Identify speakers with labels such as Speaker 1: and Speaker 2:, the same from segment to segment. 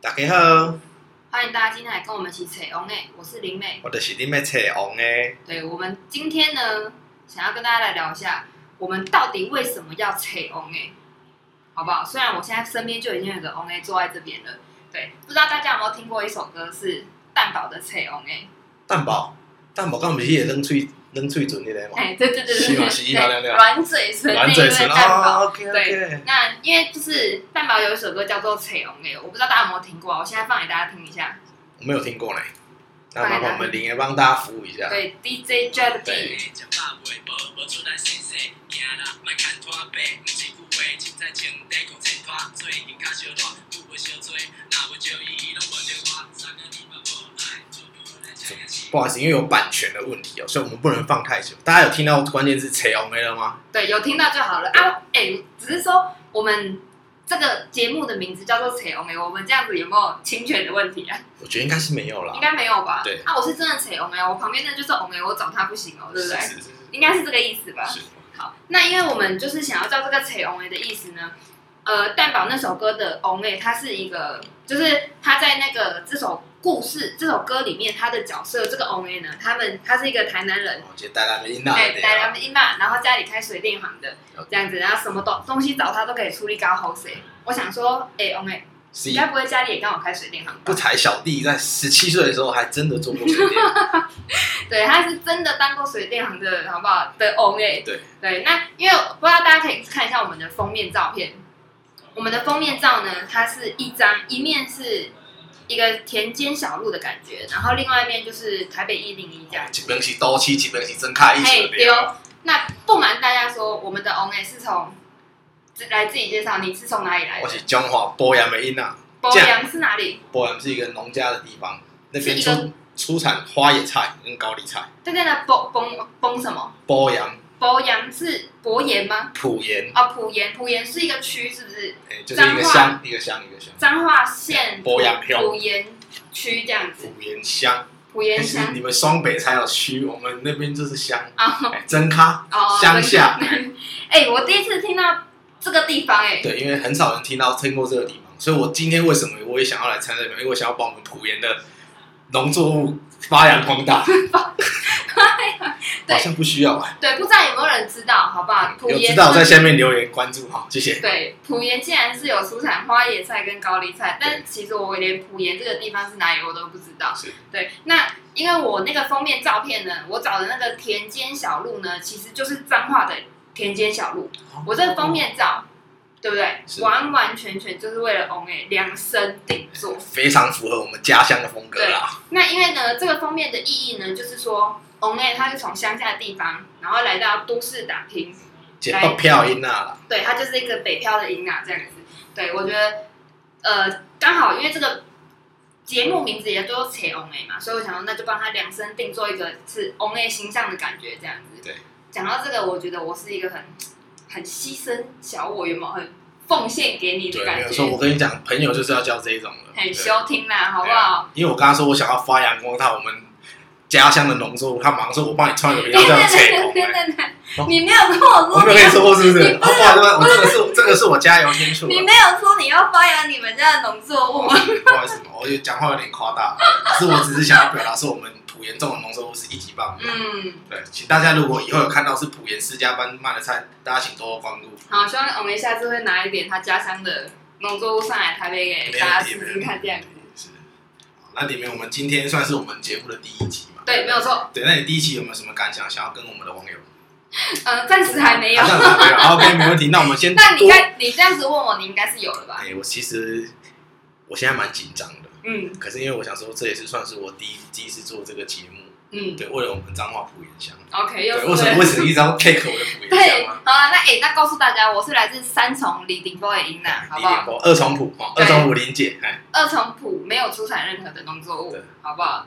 Speaker 1: 大家好，
Speaker 2: 欢迎大家今天来跟我们一起扯红诶，我是林美。
Speaker 1: 我就是恁要找王的。
Speaker 2: 对我们今天呢，想要跟大家来聊一下，我们到底为什么要扯红诶，好不好？虽然我现在身边就已经有个红诶坐在这边了，对，不知道大家有没有听过一首歌是蛋堡的扯红诶？
Speaker 1: 蛋堡，蛋堡刚不是迄个冷水冷水唇迄个嘛？
Speaker 2: 哎，对对对
Speaker 1: 是
Speaker 2: 对
Speaker 1: 嘛
Speaker 2: 对，
Speaker 1: 是一条两条
Speaker 2: 对软嘴唇哎那
Speaker 1: 软
Speaker 2: 一
Speaker 1: 嘴
Speaker 2: 位
Speaker 1: 唇
Speaker 2: 蛋堡。
Speaker 1: 啊，OK
Speaker 2: 对
Speaker 1: OK。
Speaker 2: 那因为就是蛋堡有一首歌叫做《彩虹》哎，我不知道大家有没有听过啊，我现在放给大家听一下。
Speaker 1: 我没有听过呢，那麻烦我们林爷帮大家服务一下。
Speaker 2: 对，DJ j a d y
Speaker 1: 对
Speaker 3: 食饱袂无，无出来洗洗，行啦，莫牵拖白，毋是句话，凊彩穿短裤穿拖，做人较小热，久无相做，若无招伊，伊拢无着我，三个你嘛无爱，做无来吃也是。
Speaker 1: 不好意思，因为有版权的问题哦，所以我们不能放太久。大家有听到关键字“扯红 A” 了吗？
Speaker 2: 对，有听到就好了啊。哎、只是说我们这个节目的名字叫做《彩虹》哎，我们这样子有没有侵权的问题啊？
Speaker 1: 我觉得应该是没有啦
Speaker 2: 应。该没有吧？
Speaker 1: 对
Speaker 2: 啊，我是真的彩虹哎，我旁边那就是红哎，我找他不行哦，对不对？
Speaker 1: 是是是是
Speaker 2: 应该是这个意思吧？
Speaker 1: 是哦
Speaker 2: 好，那因为我们就是想要照这个“彩虹 A” 的意思呢，呃，蛋堡那首歌的 “on A” 它是一个，就是他在那个这首故事、这首歌里面他的角色这个 “on A” 呢，他们他是一个台南人，
Speaker 1: 我觉得大啊家没听到
Speaker 2: 对，台
Speaker 1: 的
Speaker 2: 南一嘛，然后家里开水电行的这样子，然后什么东东西找他都可以处理搞好谁。我想说，哎、o n A，
Speaker 1: 是
Speaker 2: 你该不会家里也刚好开水电行吧
Speaker 1: 不？才小弟在十七岁的时候还真的做过水 电，
Speaker 2: 对，他是真的当过水电行的，好不好？的 on A，
Speaker 1: 对
Speaker 2: 对，那因为我不知道大家可以看一下我们的封面照片。我们的封面照呢，它是一张一面是一个田间小路的感觉，然后另外一面就是台北一零一这样子。
Speaker 1: 基本是刀妻，基本是睁开一
Speaker 2: 嘿，
Speaker 1: 手
Speaker 2: 对
Speaker 1: 的。
Speaker 2: 哦。那不瞒大家说，我们的 On A 是从自来自己介绍，你是从哪里来
Speaker 1: 我
Speaker 2: 的？
Speaker 1: 是中华波阳的音啊，
Speaker 2: 博阳是哪里？
Speaker 1: 波阳是一个农家的地方，那边
Speaker 2: 是一
Speaker 1: 出
Speaker 2: 个
Speaker 1: 出产花野菜跟高丽菜。
Speaker 2: 对对对，博崩崩什么？
Speaker 1: 波阳
Speaker 2: 博阳是博岩吗？
Speaker 1: 普盐，
Speaker 2: 啊、普盐，普盐是一个区，是不是？
Speaker 1: 哎、就是一个
Speaker 2: 彰
Speaker 1: 乡，一个乡，一个乡。
Speaker 2: 彰化县
Speaker 1: 博洋乡
Speaker 2: 普盐区这样子，
Speaker 1: 普盐乡，
Speaker 2: 普
Speaker 1: 但
Speaker 2: 盐
Speaker 1: 是
Speaker 2: 乡
Speaker 1: 你们双北才有区，我们那边就是乡。
Speaker 2: 啊
Speaker 1: 哎真咖，
Speaker 2: 哦，
Speaker 1: 乡下
Speaker 2: 对。对对 哎、我第一次听到这个地方、哎，
Speaker 1: 对，因为很少人听到听过这个地方，所以我今天为什么我也想要来参加这个，因为我想要把我们普盐的农作物发扬光 大。
Speaker 2: 对
Speaker 1: 好像不需要吧？
Speaker 2: 对，不知道有没有人知道，好不好？普
Speaker 1: 有
Speaker 2: 盐
Speaker 1: 知道在下面留言关注哈，谢谢。
Speaker 2: 对，浦沿竟然是有出产花椰菜跟高丽菜，但其实我连浦沿这个地方是哪里我都不知道。
Speaker 1: 是
Speaker 2: 对，那因为我那个封面照片呢，我找的那个田间小路呢，其实就是彰化的田间小路。我这个封面照，对不对？
Speaker 1: 哦是
Speaker 2: 完完全全就是为了 on 诶量身定做。
Speaker 1: 非常符合我们家乡的风格啦。
Speaker 2: 那因为呢，这个封面的意义呢，就是说 on 诶它是从乡下的地方，然后来到都市打拼，
Speaker 1: 解北漂音啊啦，
Speaker 2: 对，它就是一个北漂的音啊，这样子。对，我觉得呃，刚好因为这个节目名字也都是扯 on A 嘛，所以我想说那就帮他量身定做一个是 on A 形象的感觉，这样子。
Speaker 1: 对，
Speaker 2: 讲到这个，我觉得我是一个很很牺牲小我，有没有很奉献给你的
Speaker 1: 对，
Speaker 2: 感
Speaker 1: 没有错。我
Speaker 2: 觉？
Speaker 1: 跟你讲，朋友就是要交这一种的，
Speaker 2: 很
Speaker 1: 对啊
Speaker 2: 休听啦，好不好？
Speaker 1: 因为我刚刚说我想要发扬光大我们家乡的农作物，他马上说我帮你创一个名叫“彩虹”。哎
Speaker 2: 对对，你没有跟 我
Speaker 1: 我
Speaker 2: 说
Speaker 1: 没有
Speaker 2: 你
Speaker 1: 跟
Speaker 2: 要
Speaker 1: 你，说过是哦不是？我我我这个是这个是我加油添醋的
Speaker 2: 你，没有说你要发扬你们家的农作物。
Speaker 1: 哦不好意思，我就讲话有点夸大，可是我只是想要表达说我们普盐种的农作物是一级棒的。
Speaker 2: 嗯，
Speaker 1: 对，请大家如果以后有看到是普盐私家班卖的菜，大家请多多关注。
Speaker 2: 好，希望我们下次会拿一点他家乡的农作物上来台北
Speaker 1: 哎
Speaker 2: 给大家试试看，这样。
Speaker 1: 是。好那里面我们今天算是我们节目的第一集嘛？
Speaker 2: 对，没有错。
Speaker 1: 对，那你第一期有没有什么感想，想要跟我们的网友？
Speaker 2: 嗯，暂时还没 有
Speaker 1: 好。像是没有。好 OK，没问题。那我们 先多。
Speaker 2: 但你该你这样子问我，你应该是有了吧？
Speaker 1: 哎，我其实我现在蛮紧张的，
Speaker 2: 嗯
Speaker 1: 可是因为我想说，这也是算是我第一第一次做这个节目，
Speaker 2: 嗯
Speaker 1: 对，为了我们彰化浦原乡。
Speaker 2: ，OK，又
Speaker 1: 对，
Speaker 2: 是
Speaker 1: 为什么为什么一直要 take 我的浦原
Speaker 2: 对，
Speaker 1: 乡
Speaker 2: 好
Speaker 1: 吗？
Speaker 2: 了，那哎，那告诉大家，我是来自三重李鼎波的营呐，好
Speaker 1: 一
Speaker 2: 不好
Speaker 1: 点？哦，二重浦哦，二
Speaker 2: 对
Speaker 1: 重浦林姐，哎，
Speaker 2: 二重埔没有出产任何的农作物
Speaker 1: 对，
Speaker 2: 好不好？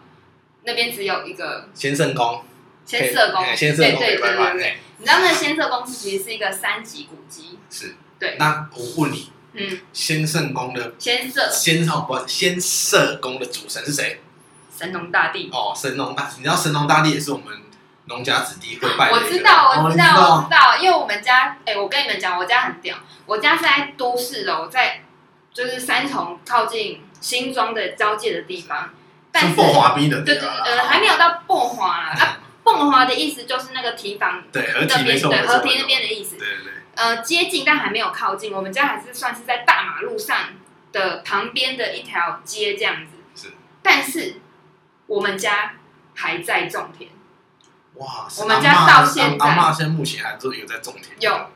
Speaker 2: 那边只有一个
Speaker 1: 先圣宫，
Speaker 2: 仙社宫，
Speaker 1: 哎
Speaker 2: 对
Speaker 1: 先
Speaker 2: 对
Speaker 1: 圣宫，
Speaker 2: 对对
Speaker 1: 拜拜，
Speaker 2: 对。
Speaker 1: 哎，
Speaker 2: 你知道那个仙社宫其实是一个三级古迹，
Speaker 1: 是。
Speaker 2: 对，
Speaker 1: 那我问你，
Speaker 2: 嗯，
Speaker 1: 先圣宫的
Speaker 2: 仙社
Speaker 1: 先哦不先社宫的主神是谁？
Speaker 2: 神农大帝。
Speaker 1: 哦，神农大，你知道神农大帝也是我们农家子弟会拜的
Speaker 2: 我
Speaker 1: 一个人。
Speaker 2: 知道，
Speaker 1: 哦
Speaker 2: 我
Speaker 1: 你
Speaker 2: 知道，我知道，因为我们家，哎、我跟你们讲，我家很屌，我家是在都市的，我在就是三重靠近新庄的交界的地方，但
Speaker 1: 像
Speaker 2: 是
Speaker 1: 凤华逼的
Speaker 2: 对
Speaker 1: 地
Speaker 2: 对对，
Speaker 1: 方啊，
Speaker 2: 呃，还没有到蹦华啦。啊，蹦华的意思就是那个提防
Speaker 1: 嗯对合
Speaker 2: 那
Speaker 1: 体没
Speaker 2: 边
Speaker 1: 错，
Speaker 2: 对
Speaker 1: 没错
Speaker 2: 和平那边的意思
Speaker 1: 对。对对，
Speaker 2: 呃，接近但还没有靠近，我们家还是算是在大马路上的旁边的一条街这样子。
Speaker 1: 是，
Speaker 2: 但是我们家还在种田，
Speaker 1: 哇，是
Speaker 2: 我们家
Speaker 1: 阿嬷
Speaker 2: 到现在
Speaker 1: 阿妈现在目前还是有在种田，
Speaker 2: 有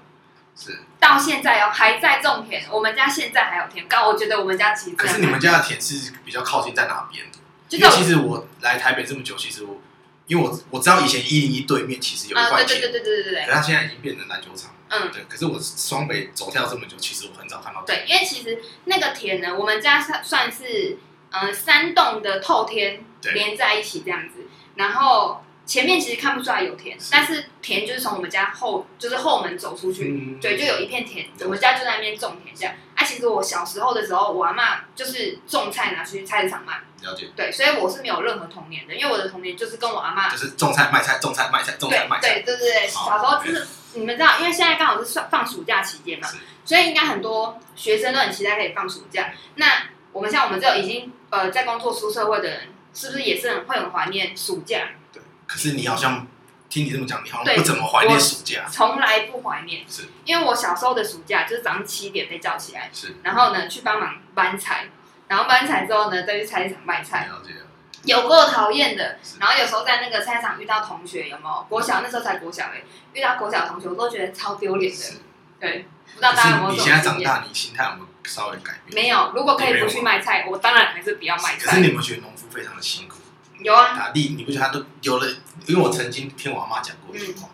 Speaker 1: 是，
Speaker 2: 到现在哦还在种田，我们家现在还有田。高，我觉得我们家其实
Speaker 1: 可是你们家的田是比较靠近在哪边？
Speaker 2: 啊就
Speaker 1: 因为其
Speaker 2: 是
Speaker 1: 实我来台北这么久，其实我因为我我知道以前一零一对面其实有一
Speaker 2: 嗯，
Speaker 1: 块
Speaker 2: 对
Speaker 1: 田，
Speaker 2: 对对对对对
Speaker 1: 可
Speaker 2: 对，
Speaker 1: 是它现在已经变成篮球场，
Speaker 2: 嗯。
Speaker 1: 对。可是我双北走跳这么久，其实我很少看到
Speaker 2: 呃对，因为其实那个田呢，我们家算算是嗯、呃三栋的透天
Speaker 1: 对
Speaker 2: 连在一起这样子，然后前面其实看不出来有田，但是田就是从我们家后就是后门走出去，
Speaker 1: 嗯，
Speaker 2: 对，就有一片田，
Speaker 1: 解
Speaker 2: 我们家就在那边种田这样。啊，其实我小时候的时候，我阿妈就是种菜拿去菜市场卖，
Speaker 1: 了解，
Speaker 2: 对，所以我是没有任何童年的，因为我的童年就是跟我阿妈
Speaker 1: 就是种菜卖菜，种菜卖菜，种菜卖菜，哦
Speaker 2: 对对对对对，
Speaker 1: 好
Speaker 2: 小时候就是你们知道，因为现在刚好是算放暑假期间嘛
Speaker 1: 是，
Speaker 2: 所以应该很多学生都很期待可以放暑假。那我们像我们这种已经呃在工作出社会的人，是不是也是很会很怀念暑假？
Speaker 1: 对。可是你好像听你这么讲，你好像
Speaker 2: 对
Speaker 1: 不怎么怀
Speaker 2: 我
Speaker 1: 念暑假，
Speaker 2: 从来不怀念，
Speaker 1: 是
Speaker 2: 因为我小时候的暑假就是早上七点被叫起来，
Speaker 1: 是
Speaker 2: 然后呢去帮忙搬菜，然后搬菜之后呢再去菜市场卖菜，
Speaker 1: 了解了解
Speaker 2: 有够讨厌的
Speaker 1: 是。
Speaker 2: 然后有时候在那个菜市场遇到同学，有没有？国小那时候才国小哎、遇到国小同学我都觉得超丢脸的。
Speaker 1: 是。
Speaker 2: 对，不知道
Speaker 1: 可
Speaker 2: 大家有没
Speaker 1: 是
Speaker 2: 有
Speaker 1: 你
Speaker 2: 这
Speaker 1: 现在
Speaker 2: 种经
Speaker 1: 长
Speaker 2: 验？
Speaker 1: 大，你心态有没有稍微改变？
Speaker 2: 没有，如果可以不去卖菜，我当然还是不要卖
Speaker 1: 可是
Speaker 2: 菜。
Speaker 1: 你有没有觉得农夫非常的辛苦？
Speaker 2: 有啊，
Speaker 1: 打粒，你不觉得他都有了？因为我曾经听我阿妈讲过一句话：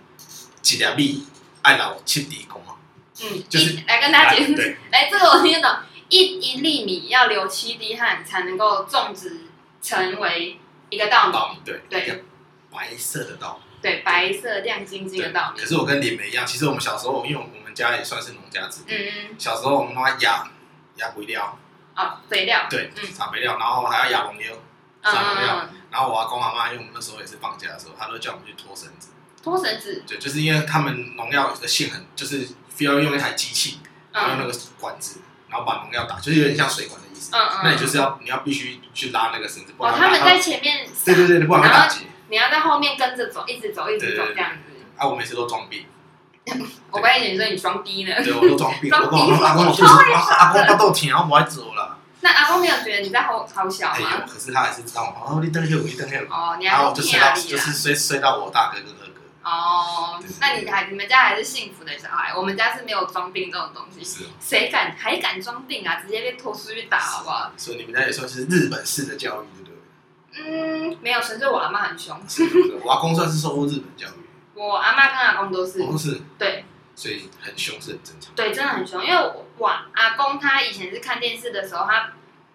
Speaker 1: 一粒米爱老七厘公啊。
Speaker 2: 嗯，
Speaker 1: 就是啊
Speaker 2: 一来跟大家解释，
Speaker 1: 对，
Speaker 2: 来这个我听得懂，一一粒米要流七滴汗才能够种植成为一个稻米，
Speaker 1: 稻米对，
Speaker 2: 对
Speaker 1: 一个白色的稻米。
Speaker 2: 对，白色亮晶晶的稻米
Speaker 1: 可。是我跟李梅一样，其实我们小时候，因为我们家也算是农家子弟，
Speaker 2: 嗯嗯，
Speaker 1: 小时候我们妈妈压压肥料，
Speaker 2: 哦，肥料，
Speaker 1: 对
Speaker 2: 嗯，
Speaker 1: 撒肥料，然后还要压龙油。
Speaker 2: 嗯
Speaker 1: 撒肥料
Speaker 2: 嗯，嗯
Speaker 1: 然后我阿公阿妈，因为我们那时候也是放假的时候，他都叫我们去拖绳子。
Speaker 2: 嗯脱绳子，
Speaker 1: 对，就是因为他们农药的线很，就是非要用一台机器，然后用
Speaker 2: 嗯
Speaker 1: 那个管子，然后把农药打，就是有点像水管的意思。
Speaker 2: 嗯嗯，
Speaker 1: 那你就是要你要必须去拉那个绳子，不
Speaker 2: 哦，
Speaker 1: 然
Speaker 2: 他们
Speaker 1: 打
Speaker 2: 在前面撒，
Speaker 1: 对对对，不然会打结。
Speaker 2: 你要在后面跟着走，一直走，一直走
Speaker 1: 对对对
Speaker 2: 这样子。
Speaker 1: 啊，我每次都装 病，
Speaker 2: 我刚才你说你装逼呢，
Speaker 1: 对我都装病，
Speaker 2: 装
Speaker 1: 我
Speaker 2: 病
Speaker 1: 跟我说阿公我肚子，我说 阿公不豆甜，然后我还走了。
Speaker 2: 那阿公没有觉得你在吼嘲笑
Speaker 1: 哎
Speaker 2: 吗
Speaker 1: 呦，？可是他还是知道我，哦，你等下我，你等下我，
Speaker 2: 哦，啊你
Speaker 1: 然
Speaker 2: 还
Speaker 1: 后
Speaker 2: 是
Speaker 1: 我就睡到就
Speaker 2: 听哪里啦？
Speaker 1: 是睡睡到我大哥跟二哥。
Speaker 2: 哦，那你还你们家还是幸福的小孩，我们家是没有装病这种东西，
Speaker 1: 是哦，
Speaker 2: 谁敢还敢装病啊？直接被拖出去打好不好？
Speaker 1: 所以你们家也算是日本式的教育，对不对？
Speaker 2: 嗯，没有，纯粹我阿妈很凶，
Speaker 1: 是对对我阿公算是受过日本教育，
Speaker 2: 我阿妈跟阿公都是
Speaker 1: 我，公是，
Speaker 2: 对
Speaker 1: 所以很凶是很正常。
Speaker 2: 对，真的很凶，因为我我阿公他以前是看电视的时候，他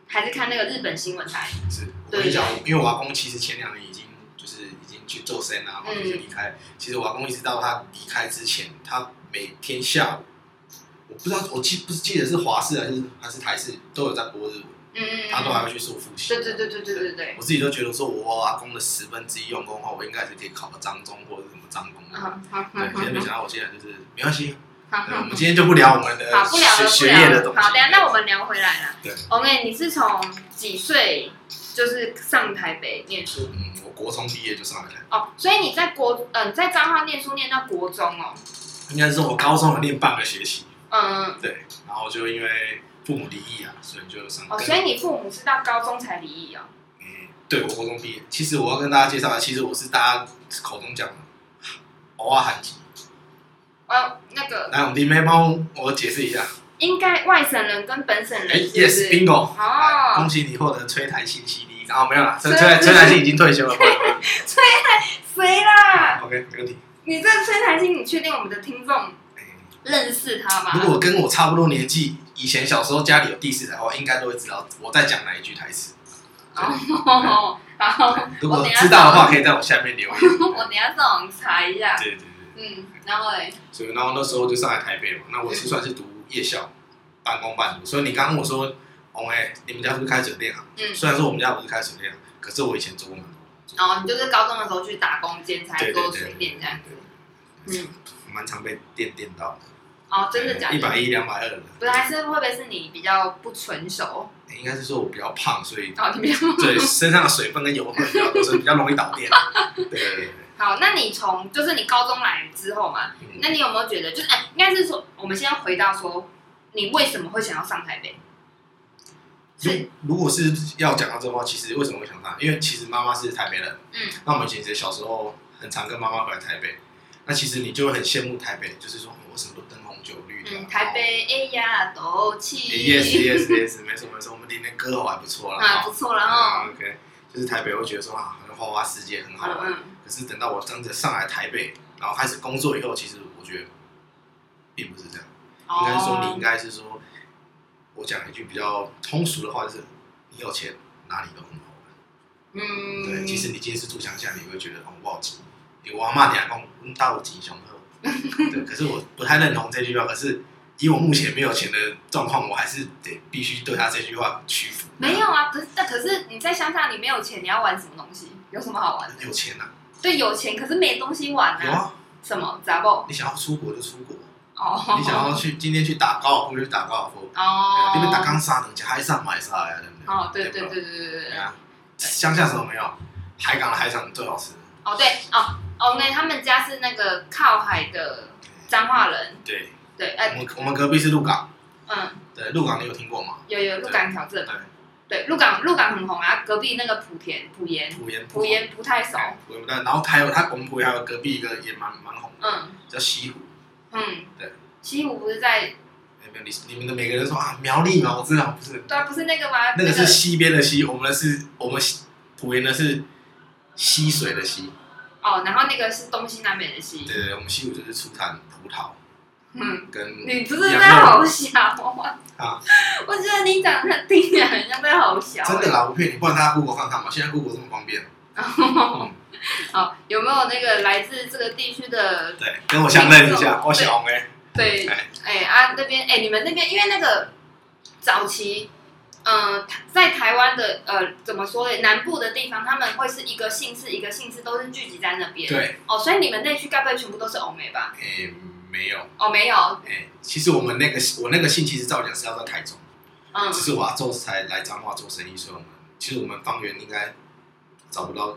Speaker 2: 还是看那个日本新闻台，
Speaker 1: 是我跟你讲，因为我阿公其实前两年已经就是已经去做生啊，然后就是离开。
Speaker 2: 嗯
Speaker 1: 其实我阿公一直到他离开之前，他每天下午，我不知道我记不是记得是华视还是还是台视都有在播日文，
Speaker 2: 嗯，
Speaker 1: 他都还会去做复习。
Speaker 2: 对对对对对对对，
Speaker 1: 我自己都觉得说，我阿公的十分之一用功的话，我应该是可以考个张中或者是什么张工的。
Speaker 2: 嗯，好，
Speaker 1: 对，可是没想到我现在就是没关系，
Speaker 2: 好
Speaker 1: 对我们今天就不聊我们的
Speaker 2: 好，不聊
Speaker 1: 学
Speaker 2: 了，不
Speaker 1: 学业
Speaker 2: 聊
Speaker 1: 的东
Speaker 2: 了。
Speaker 1: 西。
Speaker 2: 好，等一下那我们聊回来啦。
Speaker 1: 对
Speaker 2: ，OK，你是从几岁就是上台北念书？
Speaker 1: 嗯，我国中毕业就上来了，
Speaker 2: 哦，所以你在国嗯、你在彰化念书念到国中哦，
Speaker 1: 应该是我高中有练半个学期。
Speaker 2: 嗯，
Speaker 1: 对，然后就因为父母离异啊，所以就上
Speaker 2: 哦，
Speaker 1: 跟
Speaker 2: 所以你父母是到高中才离异哦。
Speaker 1: 嗯，对我高中毕业。其实我要跟大家介绍的，其实我是大家口中讲的偶尔韩籍。
Speaker 2: 呃，那个
Speaker 1: 来，我们弟妹帮我解释一下。
Speaker 2: 应该外省人跟本省
Speaker 1: 哎
Speaker 2: 人是不是？
Speaker 1: ，yes，bingo！来
Speaker 2: 哦
Speaker 1: 恭喜你获得崔台新 CD。然哦后没有啦，崔
Speaker 2: 崔
Speaker 1: 崔崔台新已经退休了。不然
Speaker 2: 谁啦？
Speaker 1: OK，没问题。
Speaker 2: 你这崔台新，你确定我们的听众
Speaker 1: 哎
Speaker 2: 认识他吗？
Speaker 1: 如果跟我差不多年纪，以前小时候家里有第四台的话，应该都会知道我在讲哪一句台词。
Speaker 2: 哦， 好，
Speaker 1: 对 如果
Speaker 2: 我等一下
Speaker 1: 知道的话，可以在我下面 留言。
Speaker 2: 我等一下上网查一下。
Speaker 1: 对对对对。
Speaker 2: 嗯，然后嘞，
Speaker 1: 所以然后那时候就上来台北嘛，那我是算是读夜校，半工半读。所以你刚刚我说，哦哎、你们家是不是开水电行？
Speaker 2: 嗯
Speaker 1: 啊虽然说我们家不是开水电行，啊可是我以前做过蛮多，
Speaker 2: 哦，你就是高中的时候去打工兼差
Speaker 1: 对对
Speaker 2: 做
Speaker 1: 对
Speaker 2: 水
Speaker 1: 对
Speaker 2: 电这样。嗯
Speaker 1: 对，对对蛮常被电电到的。
Speaker 2: 哦，真的假的？
Speaker 1: 一百一、两百二的，
Speaker 2: 不是，还是会不会是你比较不成熟？
Speaker 1: 应该是说我比较胖，所以
Speaker 2: 哦，你比较
Speaker 1: 对身上的水分跟油分比较多，所以比较容易导 电。对对对对，
Speaker 2: 好。那你从就是你高中来之后嘛，
Speaker 1: 嗯
Speaker 2: 那你有没有觉得就是哎，应该是说我们先回到说你为什么会想要上台北？
Speaker 1: 如
Speaker 2: 是
Speaker 1: 如果是要讲到这的话，其实为什么会想上？因为其实妈妈是台北人，
Speaker 2: 嗯，
Speaker 1: 那我们其实小时候很常跟妈妈回来台北，那其实你就会很羡慕台北，就是说嗯我什么都灯红酒绿的啊，
Speaker 2: 嗯，台北哎呀，斗气
Speaker 1: Yes, yes, yes，没错没错，我们里面歌喉还不错啦。
Speaker 2: 啊，
Speaker 1: 哈
Speaker 2: 不错啦
Speaker 1: 啊
Speaker 2: 哦，
Speaker 1: OK，就是台北会觉得说啊，好像花花世界很好
Speaker 2: 嗯
Speaker 1: 玩。
Speaker 2: 嗯，
Speaker 1: 可是等到我真的上来台北，然后开始工作以后，其实我觉得并不是这样。应该是说你应
Speaker 2: 哦，
Speaker 1: 该是说，我讲一句比较通俗的话，就是你有钱哪里都很好玩。
Speaker 2: 嗯，
Speaker 1: 对，即使你今天是住乡下，你会觉得哦，我好急，你我骂你还讲嗯，到吉雄鹤。对，可是我不太认同这句话。可是以我目前没有钱的状况，我还是得必须对他这句话屈服。
Speaker 2: 没有啊，可是但可是你在乡下你没有钱，你要玩什么东西？有什么好玩的？
Speaker 1: 啊有钱呐、
Speaker 2: 对，有钱可是没东西玩
Speaker 1: 有
Speaker 2: 啊。
Speaker 1: 啊，
Speaker 2: 什么杂报？
Speaker 1: 你想要出国就出国，
Speaker 2: 哦，
Speaker 1: 你想要去今天去打高尔夫就去打高尔夫，啊
Speaker 2: 哦，
Speaker 1: 你们打钢沙等级海上买沙呀，对不对？
Speaker 2: 哦，对对
Speaker 1: 不
Speaker 2: 对对对对
Speaker 1: 对
Speaker 2: 对。
Speaker 1: 啊，乡下什么没有？海港的海产最好吃。
Speaker 2: 哦对哦哦，那他们家是那个靠海的彰化人，
Speaker 1: 对，
Speaker 2: 对，
Speaker 1: 我
Speaker 2: 哎、
Speaker 1: 们我们隔壁是鹿港，
Speaker 2: 嗯，
Speaker 1: 对，鹿港你有听过吗？
Speaker 2: 有有鹿港小镇
Speaker 1: 对，
Speaker 2: 对，鹿港鹿港很红啊，隔壁那个莆田莆盐
Speaker 1: 浦沿
Speaker 2: 莆盐不太熟，
Speaker 1: 对浦沿不然后还有它我们浦沿还有隔壁一个也蛮蛮红的，
Speaker 2: 嗯
Speaker 1: 叫西湖。
Speaker 2: 嗯，
Speaker 1: 对，
Speaker 2: 西湖不是在
Speaker 1: 哎没有你你们的每个人说啊苗栗嘛，我知道不是，
Speaker 2: 对啊，不是那个吗？
Speaker 1: 那个是西边的西，我们的是我们西浦沿的是溪水的溪。
Speaker 2: 哦，然后那个是东西南北的西，
Speaker 1: 对对，我们西湖就是出产葡萄
Speaker 2: 嗯，
Speaker 1: 跟
Speaker 2: 你不是在
Speaker 1: 羊肉
Speaker 2: 好小啊？
Speaker 1: 啊，
Speaker 2: 我觉得你长得听起来很像在好小、
Speaker 1: 真的啊啦，我骗你，不然大家 Google 看看嘛，现在 Google 这么方便，嗯
Speaker 2: 哦， 好，有没有那个来自这个地区的？
Speaker 1: 对，跟我相认一下，我小红哎，
Speaker 2: 对，
Speaker 1: 哎
Speaker 2: 哎、啊，那边哎、你们那边因为那个早期，嗯、台在台湾的呃，怎么说呢？南部的地方，他们会是一个姓氏一个姓氏都是聚集在那边。
Speaker 1: 对，
Speaker 2: 哦，所以你们那区该不会全部都是欧美吧？
Speaker 1: 哎没有，
Speaker 2: 哦，没有，
Speaker 1: 哎，其实我们那个我那个姓其实照讲是要在台中，
Speaker 2: 嗯
Speaker 1: 只，是我阿周才来彰化做生意，所以我们其实我们方圆应该找不到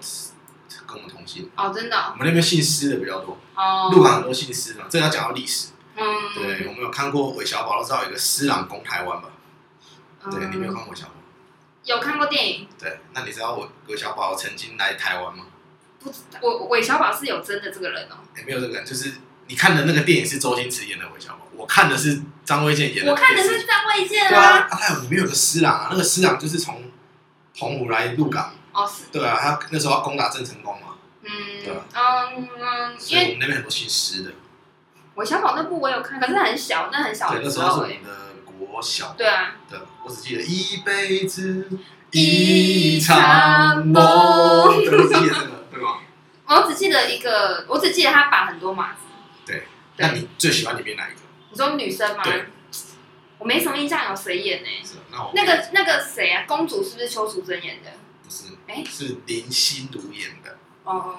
Speaker 1: 跟我们同姓，
Speaker 2: 哦，真的
Speaker 1: 我
Speaker 2: 哦，
Speaker 1: 们那边姓施的比较多，鹿
Speaker 2: 哦
Speaker 1: 港很多姓施的，这个要讲到历史，
Speaker 2: 嗯，
Speaker 1: 对，我们有看过韦小宝都知道有一个施朗攻台湾吧？
Speaker 2: 嗯，
Speaker 1: 对，你没有看过韦小宝？
Speaker 2: 有看过电影？
Speaker 1: 对，那你知道韦韦小宝曾经来台湾吗？
Speaker 2: 不知道，我韦小宝是有真的这个人哦，
Speaker 1: 也没有这个人，就是你看的那个电影是周星驰演的韦小宝，我看的是张卫健演的。
Speaker 2: 我看的是张卫健
Speaker 1: 对啊，啊还有里面有个施琅啊，那个施琅就是从澎湖来鹿港，
Speaker 2: 哦是，
Speaker 1: 对啊，他那时候要攻打郑成功嘛，
Speaker 2: 嗯
Speaker 1: 对啊
Speaker 2: 嗯嗯，因
Speaker 1: 所以我
Speaker 2: 为
Speaker 1: 们那边很多姓施的，
Speaker 2: 韦小宝那部我有看，可是很小，那很小
Speaker 1: 对，
Speaker 2: 的
Speaker 1: 那时
Speaker 2: 时
Speaker 1: 候是
Speaker 2: 候
Speaker 1: 我
Speaker 2: 哎，
Speaker 1: 们的国小，
Speaker 2: 对啊，
Speaker 1: 对，我只记得一辈子
Speaker 2: 一
Speaker 1: 一
Speaker 2: 场
Speaker 1: 场
Speaker 2: 梦
Speaker 1: 梦，对，我只记得这个，对吧？
Speaker 2: 我只记得一个，我只记得他把很多码子。
Speaker 1: 对，
Speaker 2: 对
Speaker 1: 那你最喜欢里面哪一个？
Speaker 2: 你说女生吗
Speaker 1: 对？
Speaker 2: 我没什么印象有谁演呢、
Speaker 1: 是吧那我
Speaker 2: 那个那个谁啊，公主是不是邱淑贞演的？
Speaker 1: 不是，
Speaker 2: 哎
Speaker 1: 是林心如演的，
Speaker 2: 哦、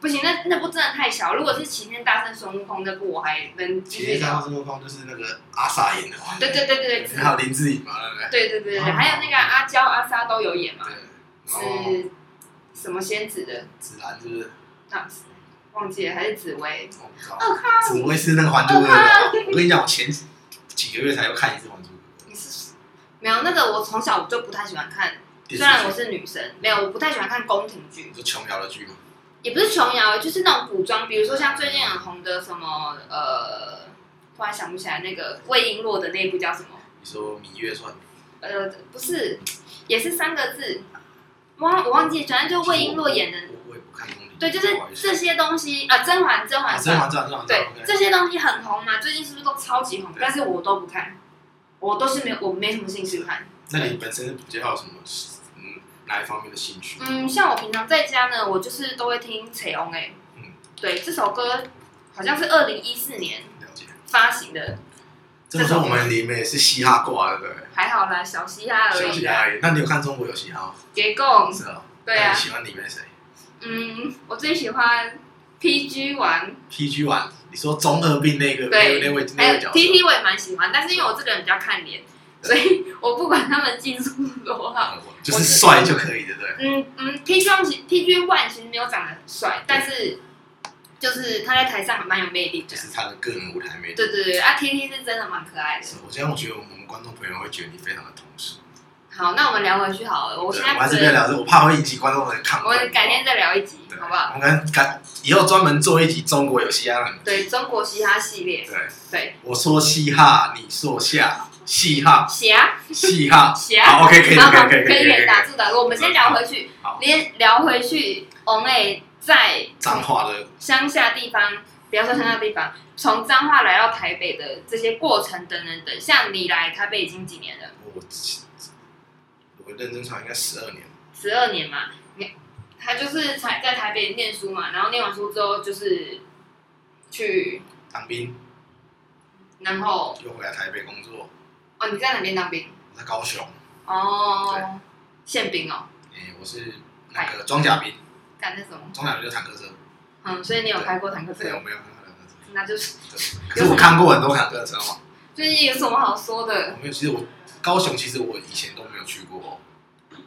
Speaker 2: 不行，那那部真的太小。如果是《齐天大圣孙悟空》那部，我还能继
Speaker 1: 其
Speaker 2: 续
Speaker 1: 实像
Speaker 2: 聊。
Speaker 1: 孙悟空就是那个阿傻演的嘛，
Speaker 2: 对对对对对，
Speaker 1: 还有林志颖嘛，对不对？
Speaker 2: 对对对对，
Speaker 1: 哦
Speaker 2: 还有那个阿娇、阿莎都有演嘛，
Speaker 1: 对，然后
Speaker 2: 是什么仙子的？
Speaker 1: 紫兰是不是？
Speaker 2: 啊，忘记了，还是紫薇？
Speaker 1: 我不知道。
Speaker 2: 我靠，
Speaker 1: 紫薇是那个《还珠格格》的，我跟你讲，我前几个月才有看一次《还珠格格
Speaker 2: 你是没有那个？我从小就不太喜欢看，》
Speaker 1: 电视剧。
Speaker 2: 虽啊然我是女生，没有，我不太喜欢看宫廷剧
Speaker 1: 你。说琼瑶的剧嘛，
Speaker 2: 也不是琼瑶，就是那种古装，比如说像最近很红的什么呃，突然想不起来那个魏璎珞的那一部叫什么？
Speaker 1: 你说《芈月传》，
Speaker 2: 呃，不是，也是三个字，忘我忘记，反正就魏璎珞演的，
Speaker 1: 我我也不看宫廷剧，
Speaker 2: 对，就是
Speaker 1: 不好意思
Speaker 2: 这些东西啊，甄嬛，甄
Speaker 1: 啊
Speaker 2: 嬛
Speaker 1: 《甄
Speaker 2: 传，
Speaker 1: 嬛传》，《甄嬛传
Speaker 2: 对》，
Speaker 1: OK，
Speaker 2: 这些东西很红嘛，最近是不是都超级红？
Speaker 1: 对
Speaker 2: 但是我都不看，我都是没有，我没什么兴趣看。
Speaker 1: 那你本身比较有什么嗯哪一方面的兴趣？
Speaker 2: 嗯，像我平常在家呢，我就是都会听《彩虹》哎
Speaker 1: 嗯，
Speaker 2: 对，这首歌好像是二零一四年
Speaker 1: 了解。
Speaker 2: 发行的。
Speaker 1: 这么说，我们你们也是嘻哈挂的，对不对？
Speaker 2: 还好啦，小嘻哈而
Speaker 1: 小
Speaker 2: 已
Speaker 1: 嘻哈
Speaker 2: 啦。
Speaker 1: 而已。那你有看中国有嘻哈吗？
Speaker 2: 结构，
Speaker 1: 是啊。
Speaker 2: 对啊
Speaker 1: 那你，喜欢里面谁？
Speaker 2: 嗯，我最喜欢 PG 玩，
Speaker 1: PG 玩，你说中二病那个那
Speaker 2: 对
Speaker 1: 那位
Speaker 2: 还
Speaker 1: 那
Speaker 2: 有
Speaker 1: 位角色，
Speaker 2: TT 哎我也蛮喜欢，但是因为我这个人比较看脸，所以我不管他们技术多好，
Speaker 1: 哦就是帅就可以，对不对？
Speaker 2: 嗯嗯，PG One 其 PG One 其实没有长得帅，但是就是他在台上还蛮有魅力的
Speaker 1: 就。是他的个人舞台魅力。
Speaker 2: 对对对，啊，T T 是真的蛮可爱的。
Speaker 1: 是我这样，我觉得我们观众朋友会觉得你非常的同事。
Speaker 2: 好，那我们聊回去好了。我
Speaker 1: 对
Speaker 2: 现
Speaker 1: 我还
Speaker 2: 在
Speaker 1: 是
Speaker 2: 觉
Speaker 1: 不要
Speaker 2: 得，
Speaker 1: 聊这，我怕会引起观众的抗
Speaker 2: 我
Speaker 1: 议。
Speaker 2: 们改天再聊一集，
Speaker 1: 对
Speaker 2: 好不好？？
Speaker 1: 我们改以后专门做一集中国有嘻哈人。
Speaker 2: 对中国嘻哈系列，
Speaker 1: 对，
Speaker 2: 对
Speaker 1: 我说嘻哈，你说下嘻哈，
Speaker 2: 侠
Speaker 1: 嘻 哈。
Speaker 2: 侠，
Speaker 1: 好，OK，可以，
Speaker 2: 好好
Speaker 1: 可以，
Speaker 2: 可
Speaker 1: 可以，可以
Speaker 2: 以，打住打住。我们先聊回去
Speaker 1: 好，
Speaker 2: 连聊回去。我们也在
Speaker 1: 脏话的
Speaker 2: 乡下地方，不要说乡下地方，从彰化来到台北的这些过程等等等，像你来台北已经几年了？
Speaker 1: 我我认真查应该十二年，
Speaker 2: 十二年嘛，你他就是才在台北念书嘛，然后念完书之后就是去，
Speaker 1: 当兵
Speaker 2: 然后
Speaker 1: 又回来台北工作，
Speaker 2: 哦，你在哪边当兵？
Speaker 1: 我在高雄，
Speaker 2: 哦，宪兵哦，
Speaker 1: 诶、我是那个装甲兵，
Speaker 2: 干那什么？
Speaker 1: 装甲兵就是坦克车，
Speaker 2: 嗯，所以你有开过坦克
Speaker 1: 对，我
Speaker 2: 车？哦
Speaker 1: 没有看过坦克车，
Speaker 2: 那就是
Speaker 1: 可是我看过很多坦克车嘛，
Speaker 2: 就是有什么好说的
Speaker 1: 我？没有，其实我高雄其实我以前都没有去过，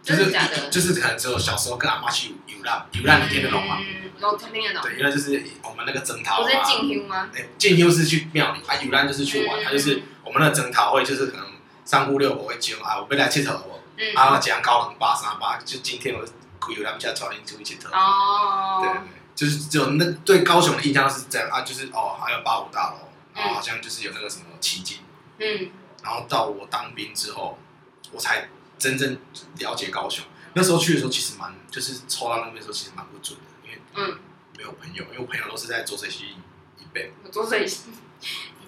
Speaker 1: 就
Speaker 2: 真的
Speaker 1: 是
Speaker 2: 假的？
Speaker 1: 就是可能只有小时候跟阿妈去游览，游览你听得懂吗？
Speaker 2: 嗯，我听得懂。
Speaker 1: 对，因为就是我们那个征讨
Speaker 2: 我在
Speaker 1: 啊，
Speaker 2: 进修吗？
Speaker 1: 哎进修是去庙里，啊游览就是去玩，
Speaker 2: 嗯
Speaker 1: 他就是我们那个征讨会就是可能三姑六婆会揪啊，我被来佚佗我。
Speaker 2: 嗯，
Speaker 1: 啊，讲高能八三八，就今天我有他们家传音出去头，对对
Speaker 2: 哦，
Speaker 1: 对，就是只有那对高雄的印象是这样啊，就是哦，还有八五大楼，然后好像就是有那个什么奇迹，
Speaker 2: 嗯，
Speaker 1: 然后到我当兵之后，我才真正了解高雄。那时候去的时候其实蛮，就是抽到那边的时候其实蛮不准的，因为
Speaker 2: 嗯
Speaker 1: 没有朋友，因为我朋友都是在浊水溪以北，
Speaker 2: 浊水溪，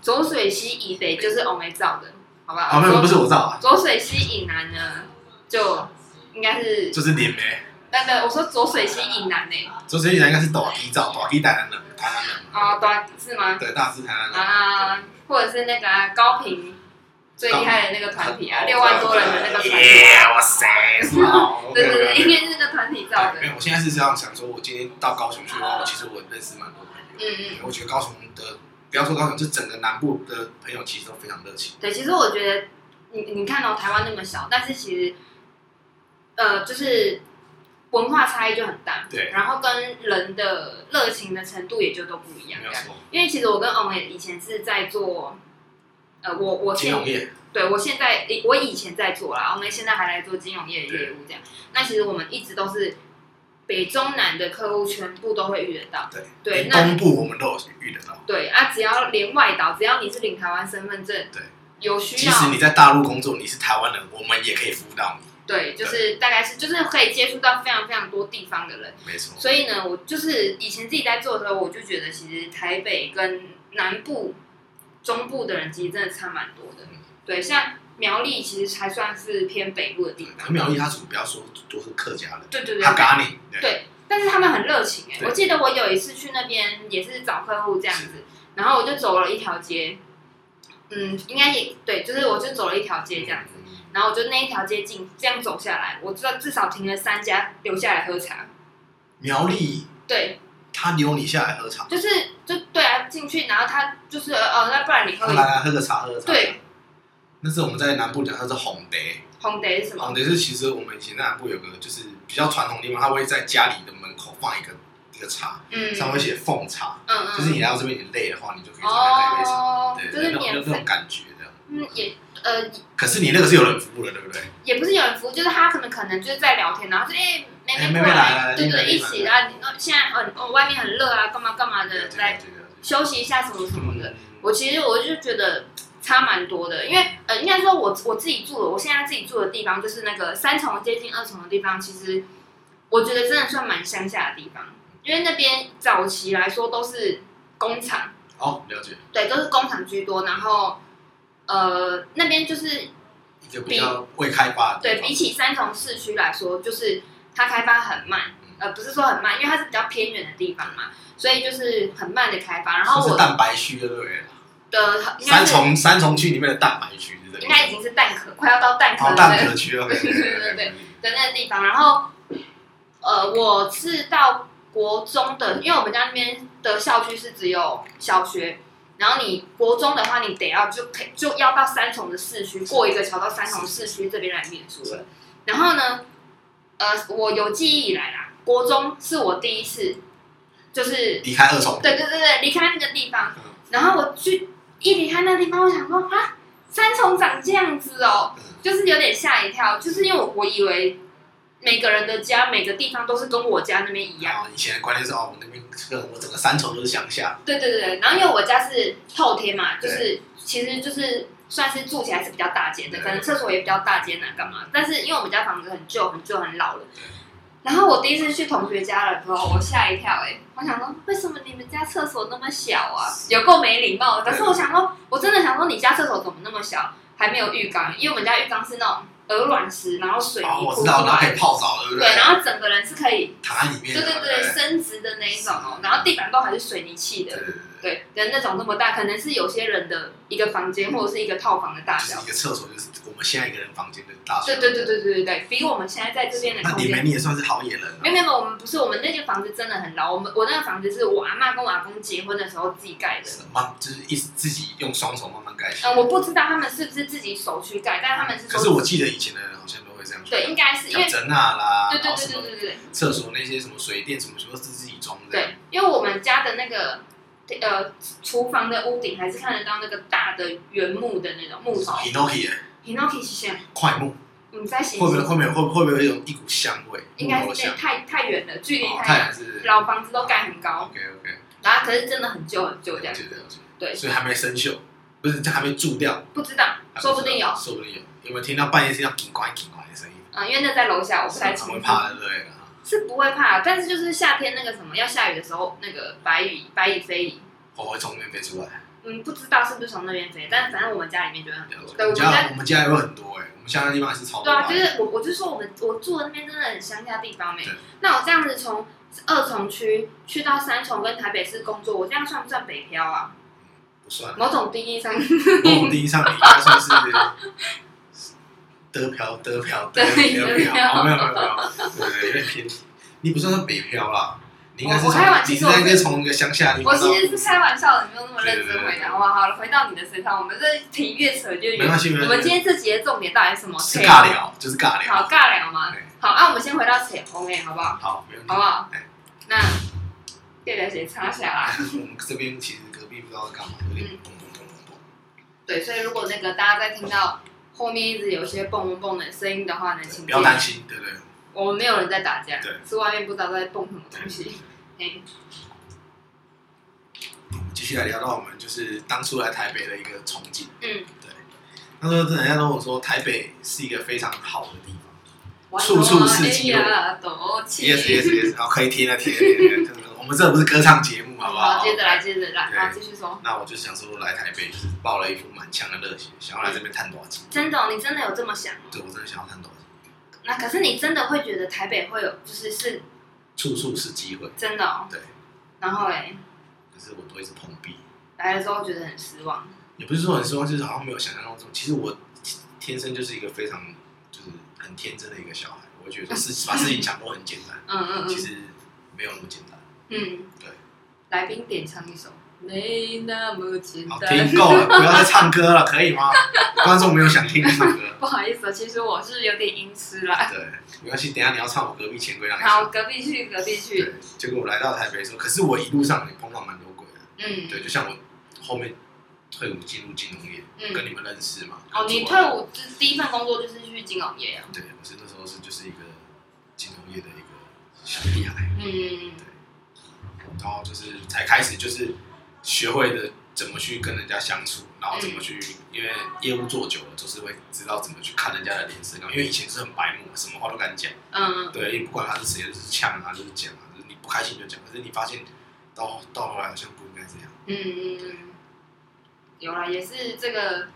Speaker 2: 浊水溪以北就是峨眉造的，好吧？
Speaker 1: 啊没有不是我知道啊，
Speaker 2: 浊水溪以南呢，就应该是
Speaker 1: 就是连梅，
Speaker 2: 那个我说浊水溪以南呢、
Speaker 1: 浊水溪应该是大基照，大基台南人，台南人嘛，
Speaker 2: 啊，对啊，是吗？
Speaker 1: 对，大致台南人，
Speaker 2: 啊，或者是那个啊、高频最厉害的那个团体啊，六万多人的那个团体，
Speaker 1: 耶，哇塞，是吧？哦
Speaker 2: 对对对，应该是那个团体造的
Speaker 1: 没。有，我现在是这样想说，我今天到高雄去的话，我其实我认识蛮多朋友。
Speaker 2: 嗯嗯，
Speaker 1: 我觉得高雄的，不要说高雄，就整个南部的朋友其实都非常热情。
Speaker 2: 对，其实我觉得你你看到、台湾那么小，但是其实呃，就是文化差异就很大，
Speaker 1: 对
Speaker 2: 然后跟人的热情的程度也就都不一样
Speaker 1: 没。有错，
Speaker 2: 因为其实我跟欧美以前是在做，呃，我我
Speaker 1: 金
Speaker 2: 现
Speaker 1: 融业
Speaker 2: 对我现在我以前在做啦，我们现在还来做金融业的业务这样。那其实我们一直都是北中南的客户全部都会遇得到，
Speaker 1: 对
Speaker 2: 对
Speaker 1: 连
Speaker 2: 那
Speaker 1: 东部我们都有遇得到。
Speaker 2: 对啊，只要连外岛，只要你是领台湾身份证，
Speaker 1: 对，
Speaker 2: 有需
Speaker 1: 即使
Speaker 2: 要
Speaker 1: 你，在大陆工作，你是台湾人，我们也可以服务到你。
Speaker 2: 对，就是大概是就是可以接触到非常非常多地方的人。
Speaker 1: 没错，
Speaker 2: 所以呢，我就是以前自己在做的时候，我就觉得其实台北跟南部、中部的人其实真的差蛮多的
Speaker 1: 嗯。
Speaker 2: 对，像苗栗其实还算是偏北部的地方。
Speaker 1: 可苗栗他主不要说都是客家人，
Speaker 2: 对对对
Speaker 1: 他，嘎你，
Speaker 2: 对但是他们很热情哎、
Speaker 1: 对
Speaker 2: 我记得我有一次去那边也是找客户这样子，然后我就走了一条街，嗯，应该也对，就是我就走了一条街这样子，
Speaker 1: 子。
Speaker 2: 然后我就那一条街进这样走下来，我知道至少停了三家留下来喝茶。
Speaker 1: 苗栗
Speaker 2: 对，
Speaker 1: 他留你下来喝茶，
Speaker 2: 就是就对啊，进去然后他就是呃哦，那不然你
Speaker 1: 来
Speaker 2: 喝一
Speaker 1: 来喝个茶，喝个茶。
Speaker 2: 对，
Speaker 1: 那是我们在南部讲，它是红蝶。
Speaker 2: 红得是什么
Speaker 1: 哦，？对，是其实我们以前在南部有个就是比较传统的地方，它会在家里的门口放一个一个茶，
Speaker 2: 嗯
Speaker 1: 上面会写奉茶，
Speaker 2: 嗯嗯，
Speaker 1: 就是你来到这边你累的话，你就可以在那边带一杯茶，
Speaker 2: 哦，
Speaker 1: 对，
Speaker 2: 就是
Speaker 1: 那种
Speaker 2: 免
Speaker 1: 那种
Speaker 2: 费，
Speaker 1: 感觉这样。
Speaker 2: 嗯也呃
Speaker 1: 可是你那个是有人服务的，对不对？
Speaker 2: 也不是有人服务，就是他可能可能就是在聊天，然后就哎妹
Speaker 1: 哎妹妹
Speaker 2: 过
Speaker 1: 来了
Speaker 2: 对
Speaker 1: 妹妹
Speaker 2: 对，
Speaker 1: 来
Speaker 2: 一起
Speaker 1: 了
Speaker 2: 啊，你那现在哦哦外面很热啊，干嘛干嘛的，来
Speaker 1: 对嗯对
Speaker 2: 休息一下什么什么的。
Speaker 1: 对。
Speaker 2: 我其实我就觉得差蛮多的，因为呃，应该说我我自己住的，我现在自己住的地方就是那个三重接近二重的地方，其实我觉得真的算蛮乡下的地方，因为那边早期来说都是工厂，
Speaker 1: 哦，了解，
Speaker 2: 对，都是工厂居多，然后呃那边就是
Speaker 1: 一个比较未开发的
Speaker 2: 对
Speaker 1: 地方
Speaker 2: 比起三重市区来说，就是它开发很慢，
Speaker 1: 嗯
Speaker 2: 呃，不是说很慢，因为它是比较偏远的地方嘛，所以就是很慢的开发。然后
Speaker 1: 算
Speaker 2: 我
Speaker 1: 是蛋白区，对不对？
Speaker 2: 的应该
Speaker 1: 三
Speaker 2: 是
Speaker 1: 重三重区里面的蛋白区，对不对？
Speaker 2: 应该已经是蛋壳，快要到蛋壳
Speaker 1: 哦，
Speaker 2: 的
Speaker 1: 蛋
Speaker 2: 那
Speaker 1: 壳区，OK，
Speaker 2: 对对对对的那个地方。然后呃，我是到国中的，因为我们家那边的校区是只有小学，然后你国中的话，你得要就可以就要到三重的市区，过一个桥到三重市区这边来念书了。然后呢，呃，我有记忆以来啦，国中是我第一次，就是
Speaker 1: 离开二重，
Speaker 2: 对对对对，离开那个地方
Speaker 1: 嗯，
Speaker 2: 然后我去一离开那地方，我想说啊，三重长这样子哦
Speaker 1: 嗯，
Speaker 2: 就是有点吓一跳，就是因为我我以为每个人的家每个地方都是跟我家那边一样。
Speaker 1: 然后以前的观念是哦，我们那边这个我整个三重都是乡下，
Speaker 2: 对对对对，然后因为我家是透天嘛，就是其实就是算是住起来是比较大间的，
Speaker 1: 对
Speaker 2: 可能厕所也比较大间啊，干嘛？但是因为我们家房子很旧、很旧、很老了
Speaker 1: 对。
Speaker 2: 然后我第一次去同学家的时候，我吓一跳哎、欸我想说为什么你们家厕所那么小啊？有够没礼貌的。可是我想说，我真的想说你家厕所怎么那么小，还没有浴缸？因为我们家浴缸是那种鹅卵石，然后水泥
Speaker 1: 然哦后我
Speaker 2: 铺
Speaker 1: 知
Speaker 2: 出
Speaker 1: 道，然后可以
Speaker 2: 来的，
Speaker 1: 泡澡，对不
Speaker 2: 对，然后整个人是可以，
Speaker 1: 躺在里面
Speaker 2: 对
Speaker 1: 的，
Speaker 2: 对对，伸直的那一种哦，然后地板都还是水泥砌的
Speaker 1: 对，对对对，嗯
Speaker 2: 对，跟那种那么大，可能是有些人的一个房间或者是一个套房的大
Speaker 1: 就是
Speaker 2: 小
Speaker 1: 一。个厕所，就是我们现在一个人房间的大小，
Speaker 2: 对对对对对对对，比我们现在在这边的
Speaker 1: 那
Speaker 2: 空
Speaker 1: 你
Speaker 2: 间。
Speaker 1: 们也算是好野人啊，
Speaker 2: 没有没有，没有我们不是，我们那间房子真的很老。我们我那个房子是我阿妈跟我阿公结婚的时候自己盖的。
Speaker 1: 慢就是一直自己用双手慢慢盖起来
Speaker 2: 嗯，我不知道他们是不是自己手去盖，但他们是
Speaker 1: 可
Speaker 2: 说，
Speaker 1: 是我记得以前的人好像都会这样做，
Speaker 2: 对，应该是因为
Speaker 1: 像整啊啦，
Speaker 2: 对
Speaker 1: 然
Speaker 2: 对
Speaker 1: 后什
Speaker 2: 对对
Speaker 1: 么
Speaker 2: 对对
Speaker 1: 厕所那些什么水电什么全部是自己装的，
Speaker 2: 对，因为我们家的那个呃厨房的屋顶还是看得到那个大的原木的那种木头。
Speaker 1: ，Hinoki 的
Speaker 2: Hinoki 是谁？
Speaker 1: 快木，
Speaker 2: 你嗯在形
Speaker 1: 会不会
Speaker 2: 容
Speaker 1: 会不会会不会有一种一股香味，
Speaker 2: 应该
Speaker 1: 木头
Speaker 2: 是那
Speaker 1: 香，
Speaker 2: 太太远了，距离
Speaker 1: 哦，
Speaker 2: 太
Speaker 1: 太
Speaker 2: 远。
Speaker 1: 阳是
Speaker 2: 老房子都盖很高，
Speaker 1: ，OK OK，
Speaker 2: 然后可是真的很旧很旧这样，
Speaker 1: 对对
Speaker 2: 对
Speaker 1: 所以还没生锈，不是这还没蛀掉，
Speaker 2: 不知道，
Speaker 1: 还
Speaker 2: 说不定有，啊、
Speaker 1: 说不定有，有没有听到半夜听到警官警官的声音？
Speaker 2: 呃因为那在楼下，我不太
Speaker 1: 我
Speaker 2: 清
Speaker 1: 会
Speaker 2: 楚，
Speaker 1: 怕的，对啊。
Speaker 2: 是不会怕，但是就是夏天那个什么要下雨的时候，那个白蚁白蚁飞蚁，
Speaker 1: 我会从那边飞出来。
Speaker 2: 嗯，不知道是不是从那边飞，但反正我们家里面觉得很多，对，
Speaker 1: 我们
Speaker 2: 我们家
Speaker 1: 家我们家有很多哎、我们家那地方也是超多
Speaker 2: 对啊，
Speaker 1: 吧。
Speaker 2: 就是我我就说我们我住的那边真的很乡下地方没
Speaker 1: 对，
Speaker 2: 那我这样子从二重区去到三重跟台北市工作，我这样算不算北漂啊？
Speaker 1: 不算。
Speaker 2: 某种定义上，
Speaker 1: 那我们第一上你应该算是得漂得漂得漂，哦没有没有没有，对，有点偏。你不算是北漂啦，你应该是从你应该是从一个乡下地
Speaker 2: 我
Speaker 1: 方到。
Speaker 2: 其实是开玩笑的，没有那么认
Speaker 1: 对
Speaker 2: 真
Speaker 1: 对对
Speaker 2: 回答。哇，好了，回到你的身上，我们这题越扯越
Speaker 1: 没
Speaker 2: 远。
Speaker 1: 关系没
Speaker 2: 我
Speaker 1: 关
Speaker 2: 们
Speaker 1: 系
Speaker 2: 今，天这集的重点到底是什么？
Speaker 1: 是
Speaker 2: 扯
Speaker 1: 尬聊，就是尬聊。
Speaker 2: 好，尬聊嘛
Speaker 1: 对。
Speaker 2: 好，那、我们先回到扯红诶，好不好？
Speaker 1: 好，没问题
Speaker 2: 好不。啊好
Speaker 1: 对？
Speaker 2: 那这个谁插下来？
Speaker 1: 我们这边其实隔壁不知道在干嘛，有点
Speaker 2: 嗯
Speaker 1: 咚咚咚咚咚。
Speaker 2: 对，所以如果那个大家在听到后面一直有一些蹦蹦蹦的声音的话呢，请
Speaker 1: 不要担
Speaker 2: 记
Speaker 1: 心，对不对？
Speaker 2: 得我们没有人在打架
Speaker 1: 对，
Speaker 2: 是外面不知道在蹦什么东西。 哎嘿
Speaker 1: 继续来聊到我们就是当初来台北的一个憧憬。
Speaker 2: 嗯，
Speaker 1: 对。那时候真的人家跟我说，台北是一个非常好的地方。
Speaker 2: 处
Speaker 1: 处处是肌肉
Speaker 2: 哎多气。
Speaker 1: Yes yes yes，好，可以贴了贴了贴了。真的我们这不是歌唱节目，好不
Speaker 2: 好，接着来，。接着来，
Speaker 1: 对
Speaker 2: 好，继续说。
Speaker 1: 那我就是想说，来台北就是抱了一副满腔的热血，想要来这边探多少钱。
Speaker 2: 真的哦、你真的有这么想哦？
Speaker 1: 对我真的想要探多少钱，
Speaker 2: 那可是你真的会觉得台北会有，就是是
Speaker 1: 处处是机会。
Speaker 2: 真的、哦。
Speaker 1: 对。
Speaker 2: 然后嘞，
Speaker 1: 可是我都一直碰壁，
Speaker 2: 来了之后觉得很失望。
Speaker 1: 也不是说很失望，就是好像没有想象当中。其实我天生就是一个非常就是很天真的一个小孩，我会觉得事把事情想都很简单，
Speaker 2: 嗯嗯
Speaker 1: 其
Speaker 2: 嗯
Speaker 1: 实没有那么简单。
Speaker 2: 嗯。
Speaker 1: 对。
Speaker 2: 来宾点唱一首。没那么简
Speaker 1: 好，听够了，不要再唱歌了，可以吗？观众没有想听你唱歌。
Speaker 2: 不好意思哦，其实我是有点音痴啦。
Speaker 1: 对，没关系，等一下你要唱我隔壁钱柜让你
Speaker 2: 好，
Speaker 1: 唱。
Speaker 2: 隔壁去，隔壁去。
Speaker 1: 哎对，结果我来到台北的时候，可是我一路上也碰到蛮多鬼的。
Speaker 2: 嗯
Speaker 1: 对，就像我后面退伍进入金融业，跟
Speaker 2: 嗯。
Speaker 1: 你们认识嘛。
Speaker 2: 哦，你退伍之第一份工作就是去金融业啊。
Speaker 1: 对，我是那时候是就是一个金融业的一个小屁孩，
Speaker 2: 嗯。
Speaker 1: 然后就是才开始就是学会的怎么去跟人家相处，然后怎
Speaker 2: 嗯
Speaker 1: 么去，因为业务做久了，就是会知道怎么去看人家的脸色，然后因为以前是很白目，什么话都敢讲，
Speaker 2: 嗯。
Speaker 1: 对，也不管他是谁，就是呛啊，就是讲啊，就是你不开心就讲，可是你发现到到后来好像不应该这样，
Speaker 2: 嗯嗯嗯。有啦，也是这个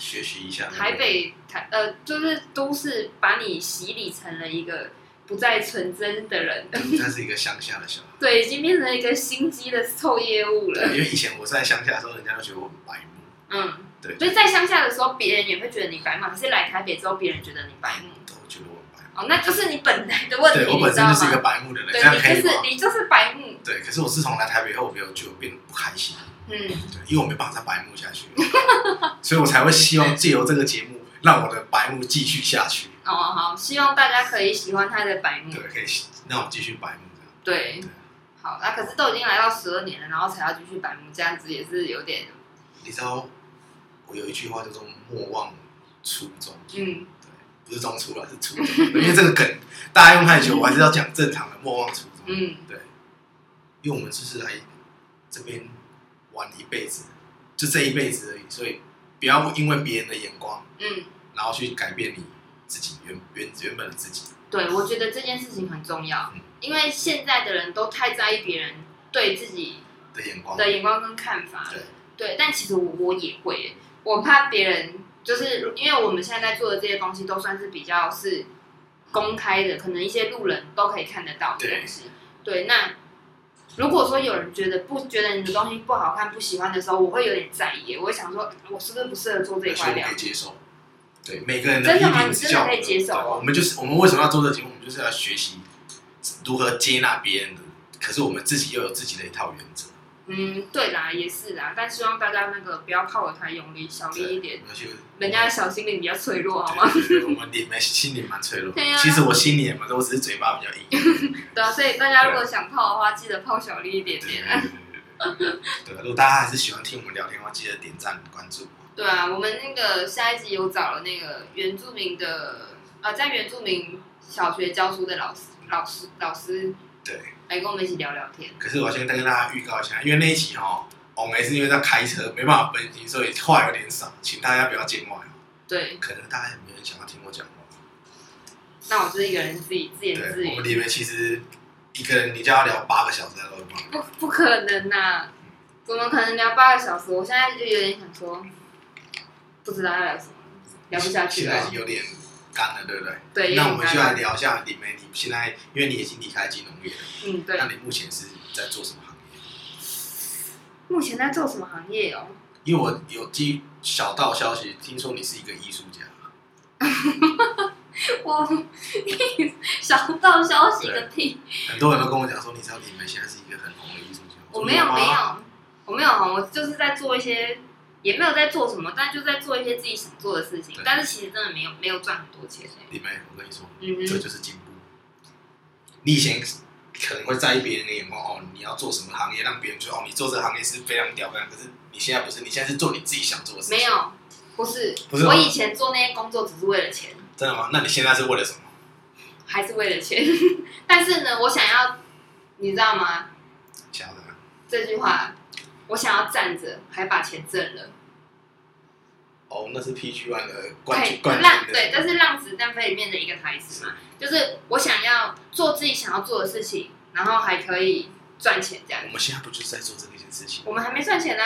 Speaker 1: 学习一下
Speaker 2: 台北台呃，就是都市把你洗礼成了一个不再纯真的人，
Speaker 1: 他是一个乡下的小孩，
Speaker 2: 对，已经变成一个心机的臭业务
Speaker 1: 对，
Speaker 2: 了。
Speaker 1: 因为以前我在乡下的时候，人家都觉得我很白目，
Speaker 2: 嗯，
Speaker 1: 对，
Speaker 2: 所以在乡下的时候，别人也会觉得你白目，可是来台北之后，别人觉得你白目。
Speaker 1: 都觉得我很白目，
Speaker 2: 哦，那就是你本来的问题，
Speaker 1: 对我
Speaker 2: 你
Speaker 1: 本
Speaker 2: 知
Speaker 1: 身
Speaker 2: 道
Speaker 1: 就是一个
Speaker 2: 吗？
Speaker 1: 白目的人，这样可
Speaker 2: 哦对，
Speaker 1: 以
Speaker 2: 你就是
Speaker 1: 吗？
Speaker 2: 你就是白目，
Speaker 1: 对，可是我自从来台北后，我就就变得不开心，
Speaker 2: 嗯，
Speaker 1: 对，因为我没办法再白目下去了， 所以我才会希望借由这个节目，让我的白目继续下去，
Speaker 2: 哦，好，希望大家可以喜欢他的白目
Speaker 1: 对，，可以让我继续白目这样。
Speaker 2: 对，好，那可是都已经来到十二年了，然后才要继续白目，这样子也是有点，
Speaker 1: 你知道，我有一句话叫做“莫忘初衷”，
Speaker 2: 嗯，
Speaker 1: 不是中初了，是初衷，因为这个梗大家用太久，我还是要讲正常的“莫忘初衷”。
Speaker 2: 嗯，
Speaker 1: 对，因为我们就是来这边玩一辈子，就这一辈子而已，所以不要因为别人的眼光，
Speaker 2: 嗯，
Speaker 1: 然后去改变你自己原原原本的自己。
Speaker 2: 对，我觉得这件事情很重要
Speaker 1: 嗯，
Speaker 2: 因为现在的人都太在意别人对自己
Speaker 1: 的眼光，
Speaker 2: 的眼光跟看法了
Speaker 1: 对。
Speaker 2: 对，但其实我我也会耶，我怕别人就是因为我们现在在做的这些东西都算是比较是公开的，可能一些路人都可以看得到的东西。对，那如果说有人觉得不觉得你的东西不好看、不喜欢的时候，我会有点在意耶，我会想说我是不是不适合做这一
Speaker 1: 对，所以
Speaker 2: 块
Speaker 1: 我们
Speaker 2: 料
Speaker 1: 可以？接受。对，每个人
Speaker 2: 真
Speaker 1: 批
Speaker 2: 的吗
Speaker 1: 评
Speaker 2: 你
Speaker 1: 指
Speaker 2: 真的
Speaker 1: 教，
Speaker 2: 可以接受
Speaker 1: 对
Speaker 2: 哦
Speaker 1: 我们就是我们为什么要做这个节目？我们就是要学习如何接纳别人的，可是我们自己又有自己的一套原则。
Speaker 2: 嗯，对啦，也是啦，但希望大家那个不要靠我太用力，小力一点，
Speaker 1: 我们就
Speaker 2: 人家的小心灵比较脆弱，好吗？
Speaker 1: 对对对，我们脸蛮心里蛮脆弱
Speaker 2: 对。啊
Speaker 1: 其实我心里也蛮，我只是嘴巴比较硬。
Speaker 2: 对啊，所以大家如果想泡的话，记得泡小力一点啊
Speaker 1: 对
Speaker 2: 点。
Speaker 1: 对对对对对，如果大家还是喜欢听我们聊天的话，记得点赞关注我。
Speaker 2: 对啊，我们那个下一集有找了那个原住民的，呃，在原住民小学教书的老师，老师，老师
Speaker 1: 对，
Speaker 2: 来跟我们一起聊聊天。
Speaker 1: 可是我先跟大家预告一下，因为那一集哈、我们是因为在开车没办法分析，所以话有点少，请大家不要见外哦。
Speaker 2: 对，
Speaker 1: 可能大家也没有人想要听我讲话。
Speaker 2: 那我就是一个人自己自言自
Speaker 1: 对，我们
Speaker 2: 语，
Speaker 1: 里面其实一个人你就要聊八个小时才都忙。
Speaker 2: 不，不可能呐、怎么可能聊八个小时？我现在就有点想说，不知道要聊什么，聊不下去
Speaker 1: 现在
Speaker 2: 了。
Speaker 1: 有点干了，对不对？
Speaker 2: 对，
Speaker 1: 那
Speaker 2: 有
Speaker 1: 我
Speaker 2: 点
Speaker 1: 们
Speaker 2: 尴
Speaker 1: 就来
Speaker 2: 尬
Speaker 1: 聊一下李梅，你现在因为你已经离开金融业了，
Speaker 2: 嗯，对
Speaker 1: 那。你目前是在做什么行业？
Speaker 2: 目前在做什么行业哦？
Speaker 1: 因为我有听小道消息，听说你是一个艺术家，
Speaker 2: 我 想到消息个屁！
Speaker 1: 很多人都跟我讲说，你知道李梅现在是一个很红的艺术家。
Speaker 2: 我
Speaker 1: 说
Speaker 2: 没有没，
Speaker 1: 啊
Speaker 2: 有，我没有红，我就是在做一些，也没有在做什么，但就在做一些自己想做的事情
Speaker 1: 对。
Speaker 2: 但是其实真的没有没有赚很多钱欸、
Speaker 1: 李梅，我跟你说，
Speaker 2: 嗯
Speaker 1: 这
Speaker 2: 哼，
Speaker 1: 就是进步。你以前可能会在意别人的眼光哦，你要做什么行业，让别人觉得哦，你做这个行业是非常屌干。可是你现在不是，你现在是做你自己想做的事情。
Speaker 2: 没，有，不是，
Speaker 1: 不是吗
Speaker 2: 我以前做那些工作只是为了钱，
Speaker 1: 真的吗？那你现在是为了什么？
Speaker 2: 还是为了钱。 但是呢，我想要，你知道吗？
Speaker 1: 想的，啊
Speaker 2: 这句话，我想要站着，还把钱挣了，
Speaker 1: 哦，那是 PG One 的冠
Speaker 2: 嘿
Speaker 1: 军，冠
Speaker 2: 浪
Speaker 1: 军的。
Speaker 2: 对，这是《浪子弹飞》里面的一个台词嘛，就是我想要做自己想要做的事情，然后还可以赚钱这样子
Speaker 1: 我。们现在不就是在做这个件事情？
Speaker 2: 我们还没赚钱呢、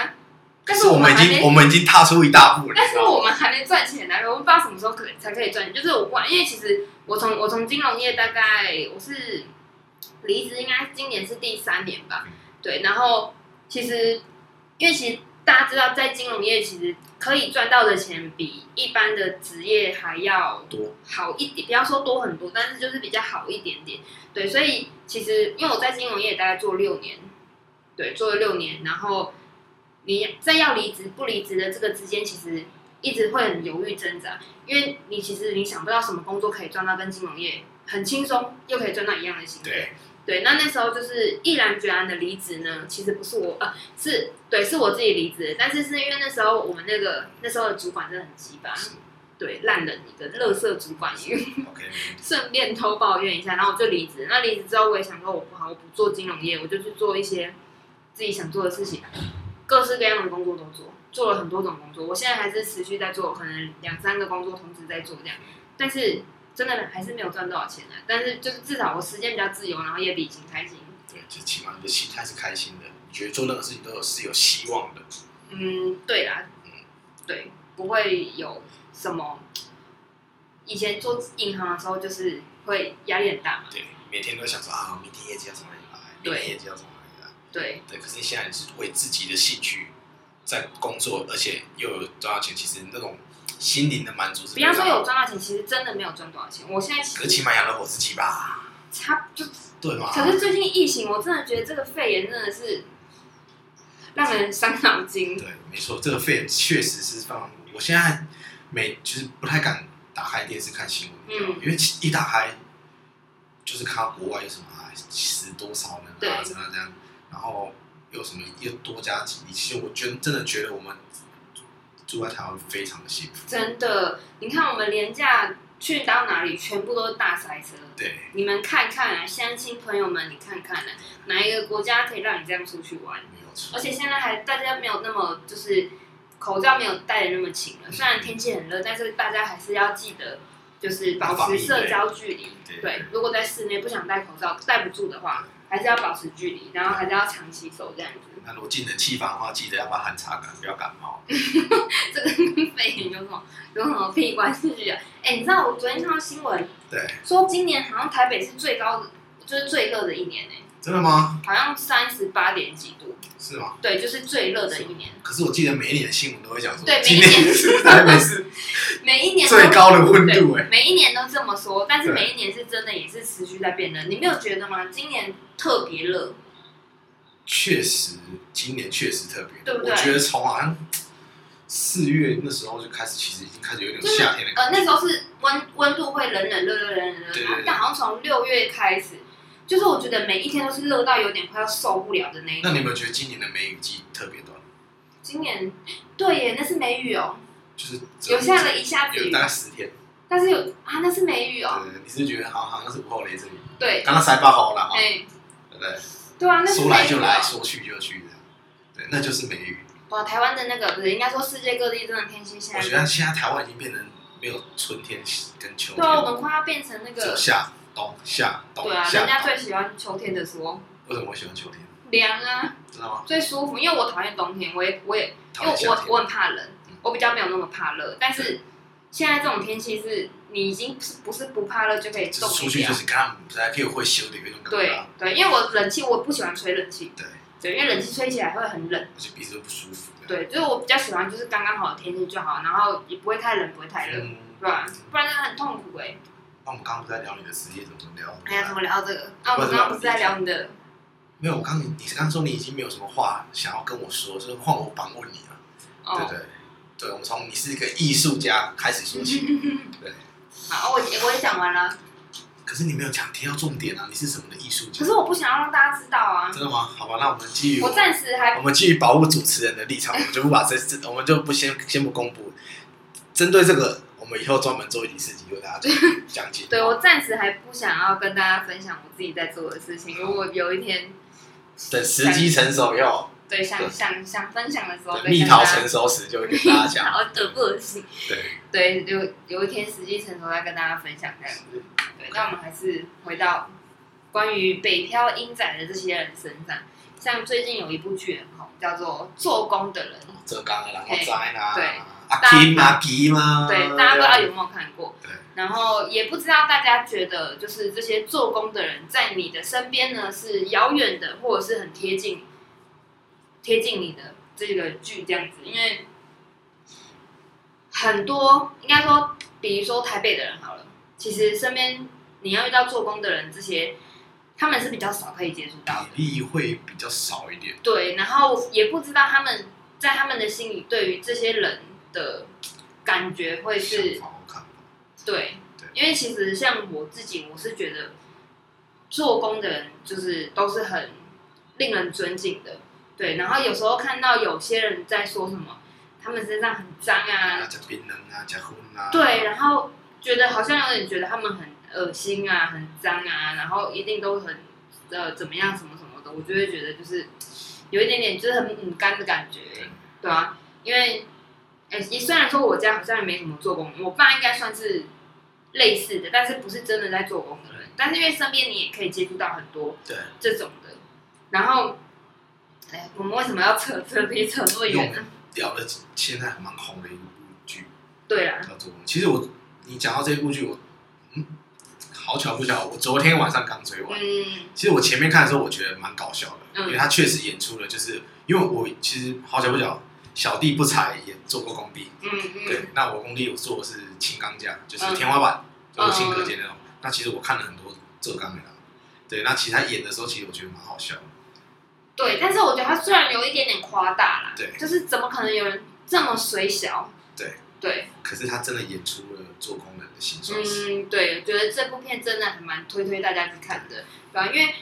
Speaker 2: 但
Speaker 1: 但
Speaker 2: 是
Speaker 1: 我
Speaker 2: 们
Speaker 1: 们已
Speaker 2: 还
Speaker 1: 经我
Speaker 2: 没，
Speaker 1: 们已经踏出一大步了，
Speaker 2: 但
Speaker 1: 你知
Speaker 2: 是
Speaker 1: 道吗？
Speaker 2: 我们还没赚钱呢、啊我们不知道什么时候可才可以赚钱。就是我不管，因为其实我从我从金融业大概我是离职，应该今年是第三年吧。对，然后其实因为其实大家知道，在金融业其实可以赚到的钱比一般的职业还要
Speaker 1: 多
Speaker 2: 好一点，不要说多很多，但是就是比较好一点点。对，所以其实因为我在金融业大概做六年，对，做了六年，然后你在要离职不离职的这个之间，其实一直会很犹豫挣扎，因为你其实你想不到什么工作可以赚到跟金融业很轻松又可以赚到一样的薪水。
Speaker 1: 对，
Speaker 2: 对，那那时候就是毅然决然的离职呢，其实不是我，呃，是对，是我自己离职，但是是因为那时候我们那个那时候的主管真的很鸡巴，
Speaker 1: 是
Speaker 2: 对，烂人一个乐色主管，
Speaker 1: OK，
Speaker 2: 顺便偷抱怨一下，然后我就离职。那离职之后，我也想说我不好，我不做金融业，我就去做一些自己想做的事情，各式各样的工作都做，做了很多种工作。我现在还是持续在做，可能两三个工作同时在做这样，但是真的还是没有赚多少钱啊。但是就是至少我时间比较自由，然后也比以前开心。
Speaker 1: 对，就起码你的心态是开心的，你觉得做任何事情都有是有希望的。
Speaker 2: 嗯，对啦，对，不会有什么。以前做银行的时候，就是会压力很大嘛，
Speaker 1: 对，每天都想说啊，明天业绩要从哪里来，明
Speaker 2: 对
Speaker 1: 天业绩要从哪里来。
Speaker 2: 对，
Speaker 1: 对，可是现在你是为自己的兴趣在工作，而且又有赚到钱，其实那种心灵的满足是
Speaker 2: 比
Speaker 1: 最大
Speaker 2: 方
Speaker 1: 的。
Speaker 2: 说有赚到钱，其实真的没有赚多少钱。我现在其
Speaker 1: 可是啊
Speaker 2: 实
Speaker 1: 起码养了我自己吧，
Speaker 2: 差就，
Speaker 1: 对吗？
Speaker 2: 可是最近疫情，我真的觉得这个肺炎真的是让人伤脑筋。
Speaker 1: 对，没错，这个肺炎确实是放，我现在每就是不太敢打开电视看新闻，
Speaker 2: 嗯
Speaker 1: 因为一打开就是看到国外有什么啊，死多少人啊，
Speaker 2: 对
Speaker 1: 怎么样怎样，然后又什么又多加几例，其实我觉得真的觉得我们住在台湾非常的幸福，
Speaker 2: 真的，你看我们廉价去到哪里，全部都是大塞车。
Speaker 1: 对，
Speaker 2: 你们看看啊，相亲朋友们，你看看啊，哪一个国家可以让你这样出去玩？
Speaker 1: 没有
Speaker 2: 而
Speaker 1: 错，
Speaker 2: 且现在还大家没有那么就是口罩没有戴的那么勤了，虽然天气很热，但是大家还是要记得就是保持社交距离。
Speaker 1: 对
Speaker 2: 对，如果在室内不想戴口罩戴不住的话，还是要保持距离，然后还是要常洗手这样子。
Speaker 1: 那如果进冷气房的话，记得要把寒茶赶，不要感冒。
Speaker 2: 嗯这个跟肺炎有什么有什么屁关系啊？哎、你知道我昨天看到新闻，
Speaker 1: 对，
Speaker 2: 说今年好像台北是最高的，就是最热的一年呢、
Speaker 1: 真的吗？
Speaker 2: 好像三十八点几度，
Speaker 1: 是吗？
Speaker 2: 对，就是最热的一年，
Speaker 1: 可是我记得每一年的新闻都会讲说，
Speaker 2: 对每一
Speaker 1: 今
Speaker 2: 年
Speaker 1: 年是台北是
Speaker 2: 每一年都
Speaker 1: 最高的温度、
Speaker 2: 对
Speaker 1: 哎，，
Speaker 2: 每一年都这么说，但是
Speaker 1: 对
Speaker 2: 每一年是真的也是持续在变热。你没有觉得吗？今年特别热，
Speaker 1: 确实，今年确实特别。
Speaker 2: 对不对
Speaker 1: 我觉得从好像四月那时候就开始，其实已经开始有点
Speaker 2: 就是
Speaker 1: 夏天的感
Speaker 2: 呃那时候是温温度会冷冷热热冷冷热，
Speaker 1: 对
Speaker 2: 然后
Speaker 1: 对
Speaker 2: 但好像从六月开始，就是我觉得每一天都是热到有点快要受不了的那一
Speaker 1: 那你有
Speaker 2: 种。
Speaker 1: 没有觉得今年的梅雨季特别短？
Speaker 2: 今年对耶，那是梅雨哦，
Speaker 1: 就是
Speaker 2: 有下了一下子
Speaker 1: 有
Speaker 2: 雨
Speaker 1: 大，概十天。
Speaker 2: 但是有啊那是梅雨哦，
Speaker 1: 对，你是不是觉得好好像是午后雷阵雨，
Speaker 2: 对，
Speaker 1: 刚刚塞巴好了
Speaker 2: 哎、
Speaker 1: 哈，对不对？
Speaker 2: 对啊，那是
Speaker 1: 说
Speaker 2: 梅
Speaker 1: 来
Speaker 2: 雨
Speaker 1: 就
Speaker 2: 哦
Speaker 1: 来，说去就去的，对，那就是梅雨。
Speaker 2: 哇，台湾的那个不是应该说世界各地真的天气现
Speaker 1: 我
Speaker 2: 在
Speaker 1: 觉得现在台湾已经变成没有春天跟秋
Speaker 2: 嗯对啊，我
Speaker 1: 天，
Speaker 2: 们快要变成那
Speaker 1: 只有
Speaker 2: 个
Speaker 1: 夏冬夏冬
Speaker 2: 对啊，
Speaker 1: 夏
Speaker 2: 人家
Speaker 1: 冬
Speaker 2: 最。喜欢秋天的说
Speaker 1: 为什么我喜欢秋天？
Speaker 2: 凉啊，
Speaker 1: 知道吗？
Speaker 2: 最舒服。因为我讨厌冬天，我也我也因
Speaker 1: 讨
Speaker 2: 为
Speaker 1: 厌夏
Speaker 2: 我
Speaker 1: 天。嗯
Speaker 2: 我很怕冷，我比较没有那么怕热。但是现在这种天气是，你已经不是不是不怕热就可以
Speaker 1: 就
Speaker 2: 动
Speaker 1: 是出
Speaker 2: 一
Speaker 1: 去
Speaker 2: 点
Speaker 1: 就。是刚刚不是还可以会修的有一种感觉
Speaker 2: 对
Speaker 1: 啊，
Speaker 2: 对，因为我冷气我不喜欢吹冷气，
Speaker 1: 对
Speaker 2: 对，因为冷气吹起来会很冷。
Speaker 1: 而且鼻子都不舒服。，
Speaker 2: 对，就是我比较喜欢就是刚刚好的天气就好，然后也不会太冷，不会太热，
Speaker 1: 嗯，
Speaker 2: 对吧？不然真的很痛苦哎。
Speaker 1: 那我们刚刚不是在聊你的职业怎么聊？
Speaker 2: 哎呀，怎么聊到这个？啊，我
Speaker 1: 不
Speaker 2: 们刚
Speaker 1: 是
Speaker 2: 刚不是在聊你的
Speaker 1: 没有，我刚你刚说你已经没有什么话想要跟我说，所以换我反问你了，对
Speaker 2: 哦
Speaker 1: 不，对？对，我们从你是一个艺术家开始说起，
Speaker 2: 好，我也我也讲完了，
Speaker 1: 可是你没有讲提到重点啊，你是什么的艺术
Speaker 2: 可
Speaker 1: 家
Speaker 2: 是？我不想要让大家知道啊。
Speaker 1: 真的吗？好吧，那我们基于
Speaker 2: 我暂时还
Speaker 1: 我们基于保护主持人的立场，我们就不把这这，我们就不先先不公布。针对这个，我们以后专门做一集事情，为大家 讲讲解。啊
Speaker 2: 对我暂时还不想要跟大家分享我自己在做的事情。如果有一天
Speaker 1: 等时机成熟以后，
Speaker 2: 对想
Speaker 1: 对
Speaker 2: 想想分享的时候，
Speaker 1: 等
Speaker 2: 再
Speaker 1: 蜜
Speaker 2: 跟
Speaker 1: 桃
Speaker 2: 大家
Speaker 1: 成熟时就会跟大家讲。
Speaker 2: 好恶不恶心？
Speaker 1: 对，
Speaker 2: 对，有有一天时机成熟再跟大家分享这样。对，那我们还是回到关于北漂英仔的这些人身上。像最近有一部剧很红，叫做《做工的人》，
Speaker 1: 浙江的人我知啦，
Speaker 2: 对，
Speaker 1: 阿金阿吉嘛，
Speaker 2: 对，大家不知道有没有看过
Speaker 1: 对？
Speaker 2: 嗯然后也不知道大家觉得，就是这些做工的人在你的身边呢，是遥远的，或者是很贴近，贴近你的这个剧这样子。因为很多应该说，比如说台北的人好了，其实身边你要遇到做工的人，这些他们是比较少可以接触到的。
Speaker 1: 比例会比较少一点，
Speaker 2: 对，然后也不知道他们在他们的心里对于这些人的感觉会是
Speaker 1: 想法我看法
Speaker 2: 对
Speaker 1: 对，
Speaker 2: 因为其实像我自己，我是觉得做工的人就是都是很令人尊敬的，对。然后有时候看到有些人在说什么，他们身上很脏
Speaker 1: 啊，
Speaker 2: 啊，
Speaker 1: 吃槟榔啊，吃荤啊，
Speaker 2: 对，，然后觉得好像有点觉得他们很恶心啊，很脏啊，然后一定都很呃怎么样什么什么的，我就会觉得就是有一点点就是很母干的感觉，对啊，因为呃，也虽然说我家好像也没什么做工，我爸应该算是类似的，但是不是真的在做工的人，但是因为身边你也可以接触到很多
Speaker 1: 对
Speaker 2: 这种的，然后。哎，我们为什么要扯扯离扯那么
Speaker 1: 因为我
Speaker 2: 远
Speaker 1: 们
Speaker 2: 呢？
Speaker 1: 聊的现在蛮红的一部剧
Speaker 2: 对啊啦，
Speaker 1: 叫做，其实我你讲到这部剧，我嗯，好巧不巧，我昨天晚上刚追完，
Speaker 2: 嗯，
Speaker 1: 其实我前面看的时候，我觉得蛮搞笑的，
Speaker 2: 嗯
Speaker 1: 因为他确实演出了，就是因为我其实好巧不巧，小弟不才也做过工地，
Speaker 2: 嗯嗯
Speaker 1: 对，那我工地我做的是轻钢架，就是
Speaker 2: 嗯
Speaker 1: 天花板，
Speaker 2: 嗯
Speaker 1: 就是轻隔间那种。那其实我看了很多浙钢的啦，对，那其实他演的时候，其实我觉得蛮好笑的。
Speaker 2: 对，但是我觉得他虽然有一点点夸大啦，
Speaker 1: 对
Speaker 2: 就是怎么可能有人这么水小？
Speaker 1: 对
Speaker 2: 对，
Speaker 1: 可是他真的演出了做工人的辛酸史。
Speaker 2: 嗯，对，我觉得这部片真的还蛮推推大家去看的，对啊，因为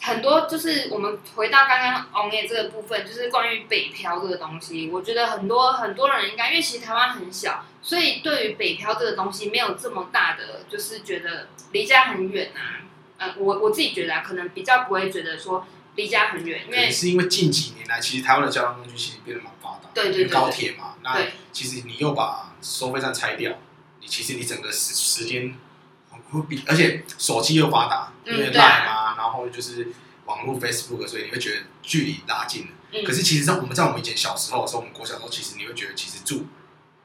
Speaker 2: 很多就是我们回到刚刚 on air 这个部分，就是关于北漂这个东西，我觉得很多很多人应该，因为其实台湾很小，所以对于北漂这个东西没有这么大的，就是觉得离家很远啊。呃，我我自己觉得、啊、可能比较不会觉得说离家很远，因
Speaker 1: 也
Speaker 2: 为
Speaker 1: 是因为近几年来，其实台湾的交通工具其实变得蛮发达，
Speaker 2: 对对对
Speaker 1: 因为高铁嘛，那
Speaker 2: 对
Speaker 1: 其实你又把收费站拆掉，你其实你整个时时间会比，而且手机又发达，
Speaker 2: 嗯
Speaker 1: 因为
Speaker 2: 对啊
Speaker 1: Line 啊，然后就是网络 Facebook，所以你会觉得距离拉近了。
Speaker 2: 嗯
Speaker 1: 可是其实在我们在我们以前小时候的时候，我们国小的时候，其实你会觉得其实住，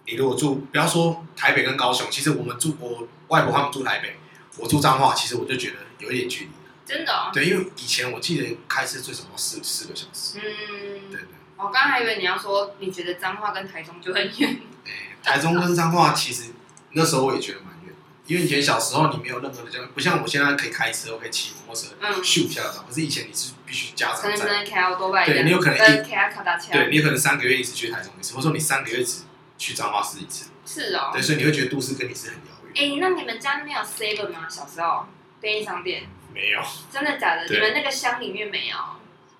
Speaker 1: 你如果住不要说台北跟高雄，其实我们住我外婆他们住台北，我住彰化，其实我就觉得有一点距离。
Speaker 2: 真的、哦，
Speaker 1: 对，因为以前我记得开车最少要四四个小时。
Speaker 2: 嗯
Speaker 1: 对，对，
Speaker 2: 我刚刚还以为你要说你觉得彰化跟台中就很远，
Speaker 1: 诶，哎台中跟彰化其实那时候我也觉得蛮远的，因为以前小时候你没有任何的交通，不像我现在可以开车，我可以骑摩托车
Speaker 2: 嗯，
Speaker 1: 咻一下到。可是以前你是必须家
Speaker 2: 可
Speaker 1: 长
Speaker 2: 能只
Speaker 1: 在，
Speaker 2: 能开奥多拜这
Speaker 1: 对
Speaker 2: 样，
Speaker 1: 你有可能
Speaker 2: 跟
Speaker 1: 一，
Speaker 2: 开卡达
Speaker 1: 对你有可能三个月一次去台中一次，或者说你三个月只去彰化市一次，
Speaker 2: 是哦。
Speaker 1: 对，所以你会觉得都市跟你是很遥远。
Speaker 2: 哎、那你们家那边有 Seven 吗？小时候便利商店，
Speaker 1: 没有，
Speaker 2: 真的假的？
Speaker 1: 对
Speaker 2: 你们那个乡里面没有，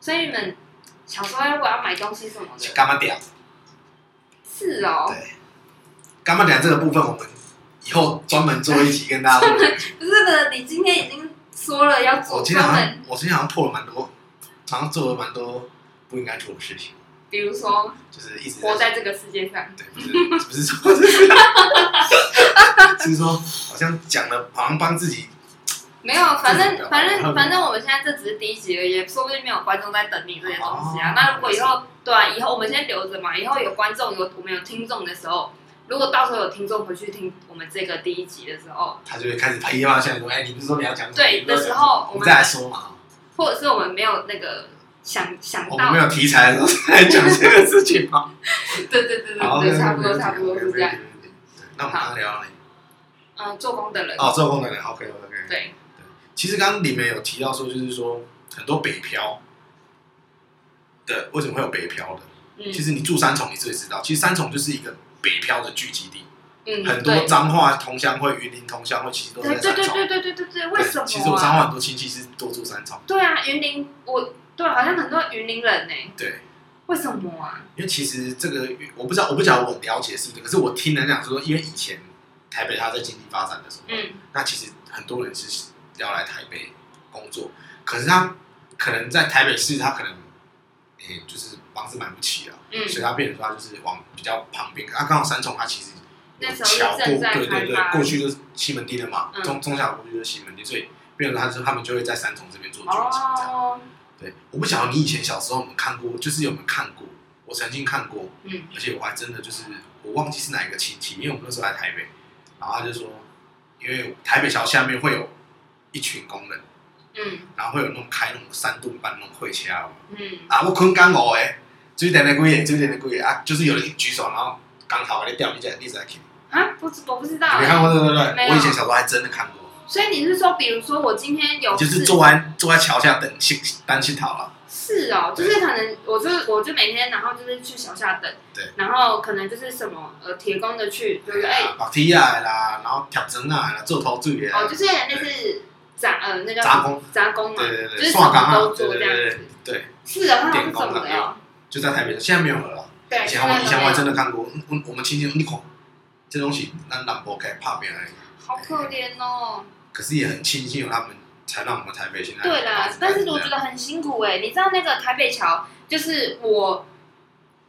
Speaker 2: 所以你们小时候如果要买东西什么的，
Speaker 1: 干嘛点？
Speaker 2: 是哦，
Speaker 1: 对，干嘛点这个部分我们以后专门做一集跟大家录。
Speaker 2: 这个你今天已经说了要
Speaker 1: 我
Speaker 2: 做
Speaker 1: 今天
Speaker 2: 专
Speaker 1: 好像
Speaker 2: 门，
Speaker 1: 我今天好像破了蛮多，好像做了蛮多不应该做的事情，
Speaker 2: 比如说
Speaker 1: 就是一直
Speaker 2: 活在这个世界上，
Speaker 1: 对，不是不是说，就是 说好像讲了，好像帮自己
Speaker 2: 没有，反
Speaker 1: 这
Speaker 2: 正
Speaker 1: 个
Speaker 2: 反
Speaker 1: 然后
Speaker 2: 正
Speaker 1: 呢
Speaker 2: 反正我们现在这只是第一集而已，说不定没有观众在等你这些东西啊。
Speaker 1: 哦
Speaker 2: 那如果以后对啊，以后我们先留着嘛，以后有观众有我们有听众的时候，如果到时候有听众回去听我们这个第一集的时候。
Speaker 1: 他就会开始批判下来说，哎，你不是说你要讲什么你
Speaker 2: 对
Speaker 1: 不是
Speaker 2: 的
Speaker 1: 说
Speaker 2: 时候，
Speaker 1: 我们
Speaker 2: 我们
Speaker 1: 再来说嘛。
Speaker 2: 或者是我们没有那个想想
Speaker 1: 我们
Speaker 2: 到
Speaker 1: 没，有题材的时候再来讲这个事情嘛。
Speaker 2: 对对对对
Speaker 1: 好，
Speaker 2: 对，差不多差不多是这样。
Speaker 1: 对。对对对对那我们刚刚聊到哪里？
Speaker 2: 嗯，做工的人，
Speaker 1: 哦，做工的人，OK OK。
Speaker 2: 对，
Speaker 1: 其实刚刚里面有提到说，就是说很多北漂的为什么会有北漂的？
Speaker 2: 嗯
Speaker 1: 其实你住三重，你自己知道，其实三重就是一个北漂的聚集地。
Speaker 2: 嗯，
Speaker 1: 很多
Speaker 2: 对
Speaker 1: 彰化同乡会、云林同乡会，其实都是
Speaker 2: 对
Speaker 1: 在三
Speaker 2: 对
Speaker 1: 重。
Speaker 2: 对对对对对对，为什么啊？
Speaker 1: 其实我彰化很多亲戚是多住三重。
Speaker 2: 对啊，云林，我对，好像很多云林人呢，
Speaker 1: 对，
Speaker 2: 为什么啊？
Speaker 1: 因为其实这个我不知道，我不晓得我了解是不是，可是我听人讲说，因为以前台北它在经济发展的时候，
Speaker 2: 嗯，
Speaker 1: 那其实很多人是要来台北工作，可是他可能在台北市，他可能诶、就是房子买不起啊，
Speaker 2: 嗯，
Speaker 1: 所以他变成说他就是往比较旁边，啊，刚好三重它其实
Speaker 2: 那时候是
Speaker 1: 桥过，
Speaker 2: 正在
Speaker 1: 对对对
Speaker 2: 开发，
Speaker 1: 过去就是西门町的嘛，
Speaker 2: 嗯
Speaker 1: 中中下过去就是西门町，所以变成他是他们就会在三重这边做聚集这样。
Speaker 2: 哦，
Speaker 1: 对，我不晓得你以前小时候有没有看过，就是有没有看过？我曾经看过，
Speaker 2: 嗯，
Speaker 1: 而且我还真的就是我忘记是哪一个亲戚，因为我们那时候来台北，然后他就说，因为台北桥下面会有一群工人，
Speaker 2: 嗯
Speaker 1: 然后会有那种开那种三顿半那种会车啊，
Speaker 2: 嗯，
Speaker 1: 啊，我困干我诶，最点的贵，最点的贵啊，就是有人一举手，然后刚好在掉，你在你在听，你
Speaker 2: 啊，不知我不知道，
Speaker 1: 没看过对不对？
Speaker 2: 没
Speaker 1: 我
Speaker 2: 有
Speaker 1: 以前小时候还真的看过，
Speaker 2: 所以你是说，比如说我今天有
Speaker 1: 就是
Speaker 2: 事
Speaker 1: 坐在坐在桥下等新单新桃了，
Speaker 2: 是哦，就是可能我就我就每天，然后就是去小下等，
Speaker 1: 对，
Speaker 2: 然后可能就是什么呃铁工的去，就是哎、
Speaker 1: 啊，绑梯啊啦，然后跳绳啊啦，做头水啊
Speaker 2: 哦，，就是类似杂呃那叫
Speaker 1: 杂工，
Speaker 2: 杂工嘛，
Speaker 1: 对对
Speaker 2: 就
Speaker 1: 对，
Speaker 2: 是什么
Speaker 1: 啊
Speaker 2: 都，
Speaker 1: 对
Speaker 2: 做
Speaker 1: 对
Speaker 2: 这样
Speaker 1: 对
Speaker 2: 子
Speaker 1: 对。对，
Speaker 2: 是啊，他
Speaker 1: 电
Speaker 2: 是
Speaker 1: 工
Speaker 2: 怎
Speaker 1: 啊
Speaker 2: 么了？
Speaker 1: 就在台北，现在没有了啦。
Speaker 2: 对，
Speaker 1: 以前
Speaker 2: 现在
Speaker 1: 我
Speaker 2: 都
Speaker 1: 以前我还真
Speaker 2: 没有
Speaker 1: 的看过，嗯我我们亲戚你看，这东西咱南部开怕别人，
Speaker 2: 好可怜哦。
Speaker 1: 可是也很庆幸有他们，才让我们台北现在
Speaker 2: 对啦，但是我觉得很辛苦哎、你知道那个台北桥，就是我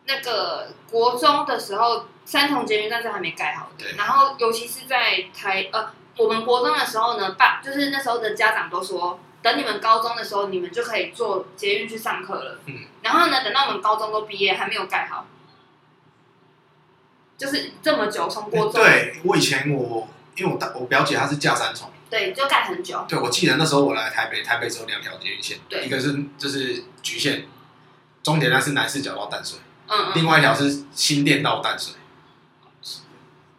Speaker 2: 那个国中的时候，三重捷运站是还没盖好的
Speaker 1: 对，
Speaker 2: 然后尤其是在台呃，我们国中的时候呢，爸就是那时候的家长都说，等你们高中的时候，你们就可以坐捷运去上课了。
Speaker 1: 嗯，
Speaker 2: 然后呢，等到我们高中都毕业，还没有盖好，就是这么久，从国中
Speaker 1: 对我以前我因为我大我表姐她是嫁三重，
Speaker 2: 对就盖很久，
Speaker 1: 对我记得那时候我来台北，台北只有两条捷运线，
Speaker 2: 对
Speaker 1: 一个是就是局线，终点站是南势角到淡水，
Speaker 2: 嗯
Speaker 1: 另
Speaker 2: 嗯，
Speaker 1: 外一条是新店到淡水。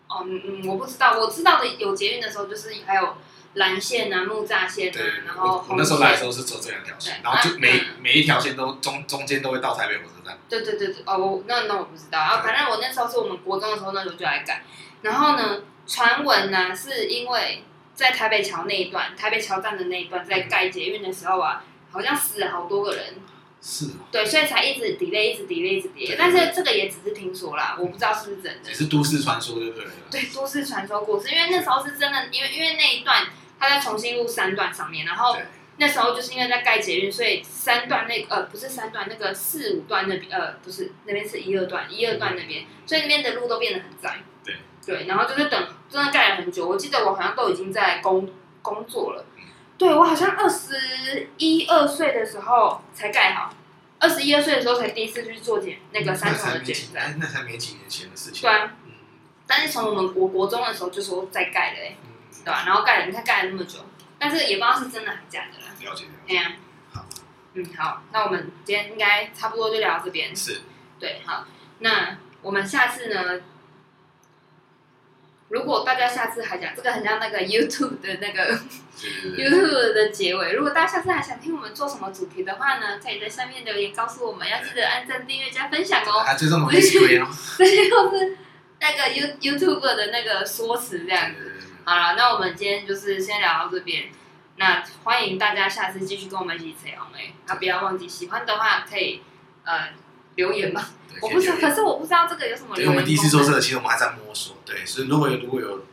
Speaker 2: 哦嗯嗯，我不知道，我知道的有捷运的时候，就是还有蓝线啊、木栅线
Speaker 1: 对
Speaker 2: 啊，，然后
Speaker 1: 我我
Speaker 2: 红
Speaker 1: 那时候来的时
Speaker 2: 线，
Speaker 1: 候是只有这两条线，
Speaker 2: 对
Speaker 1: 然后就
Speaker 2: 啊
Speaker 1: 每
Speaker 2: 嗯
Speaker 1: 每一条线都中中间都会到台北火车站。
Speaker 2: 对对对对，哦，我那那我不知道啊，反正我那时候是我们国中的时候，那时候就来改。然后呢，传闻呢、是因为在台北桥那一段，台北桥站的那一段，在盖捷运的时候啊，好像死了好多个人，
Speaker 1: 是哦，
Speaker 2: 对，所以才一直 delay，一直 delay，一直 delay
Speaker 1: 对。
Speaker 2: 但是这个也只是听说啦，我不知道是不是真的
Speaker 1: 也。是都市传说，对不对了？
Speaker 2: 对，都市传说故事，因为那时候是真的，因为因为那一段它在重新路三段上面，然后
Speaker 1: 对
Speaker 2: 那时候就是因为在盖捷运，所以三段那呃不是三段那个四五段那边呃不是那边是一二段一二段那边，所以那边的路都变得很窄。
Speaker 1: 对
Speaker 2: 对，然后就是等真的盖了很久，我记得我好像都已经在工工作了。
Speaker 1: 嗯
Speaker 2: 对我好像二十一二岁的时候才盖好，二十一二岁的时候才第一次去做检那个三
Speaker 1: 那
Speaker 2: 重
Speaker 1: 才
Speaker 2: 的
Speaker 1: 没
Speaker 2: 检
Speaker 1: 几
Speaker 2: 站。
Speaker 1: 哎那才没几年前的事情。
Speaker 2: 对啊，
Speaker 1: 嗯，
Speaker 2: 但是从我们国国中的时候就说在盖的、欸，
Speaker 1: 嗯
Speaker 2: 对吧、然后盖了，你看盖了那么久，但是也不知道是真的还是假的啦。
Speaker 1: 了解了
Speaker 2: 哎
Speaker 1: 解。
Speaker 2: 呀、
Speaker 1: 好
Speaker 2: 嗯，好，那我们今天应该差不多就聊到这边。
Speaker 1: 是，
Speaker 2: 对，好，那我们下次呢？如果大家下次还想，这个很像那个 YouTube 的那个
Speaker 1: 对对对。
Speaker 2: YouTube 的结尾。如果大家下次还想听我们做什么主题的话呢，可以在下面留言告诉我们，要记得按赞、订阅、加分享哦。
Speaker 1: 还追踪我们 Instagram 哦。
Speaker 2: 这些都是那个 You YouTube 的那个说辞这样子。
Speaker 1: 对对对
Speaker 2: 好了，那我们今天就是先聊到这边。那欢迎大家下次继续跟我们一起扯红哎，那不要忘记喜欢的话可以呃留言吧。
Speaker 1: 对
Speaker 2: 我不知道，
Speaker 1: 可以
Speaker 2: 可是我不知道这个有什么啊
Speaker 1: 对，因
Speaker 2: 留
Speaker 1: 为我
Speaker 2: 言。
Speaker 1: 们第一次做这个，其实我们还在摸索。对，所以如果有如果有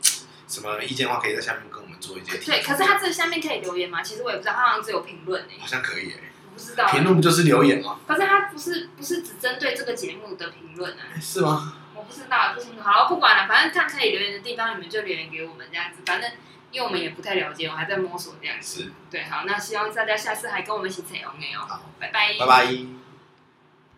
Speaker 1: 什么意见的话，可以在下面跟我们做一些提出。
Speaker 2: 对，可是它这下面可以留言吗？其实我也不知道，它好像只有评论哎，
Speaker 1: 好像可以耶。
Speaker 2: 我不知道。
Speaker 1: 评论不就是留言吗？
Speaker 2: 可是它不是不是只针对这个节目的评论啊，
Speaker 1: 哎是吗？
Speaker 2: 我不知道，不清楚。好，不管了，反正看可以留言的地方，你们就留言给我们这样子。反正因为我们也不太了解，我还在摸索这样子。
Speaker 1: 是。
Speaker 2: 对，好，那希望大家下次还跟我们一起彩虹哎哦，
Speaker 1: 好，
Speaker 2: 拜拜，
Speaker 1: 拜。拜。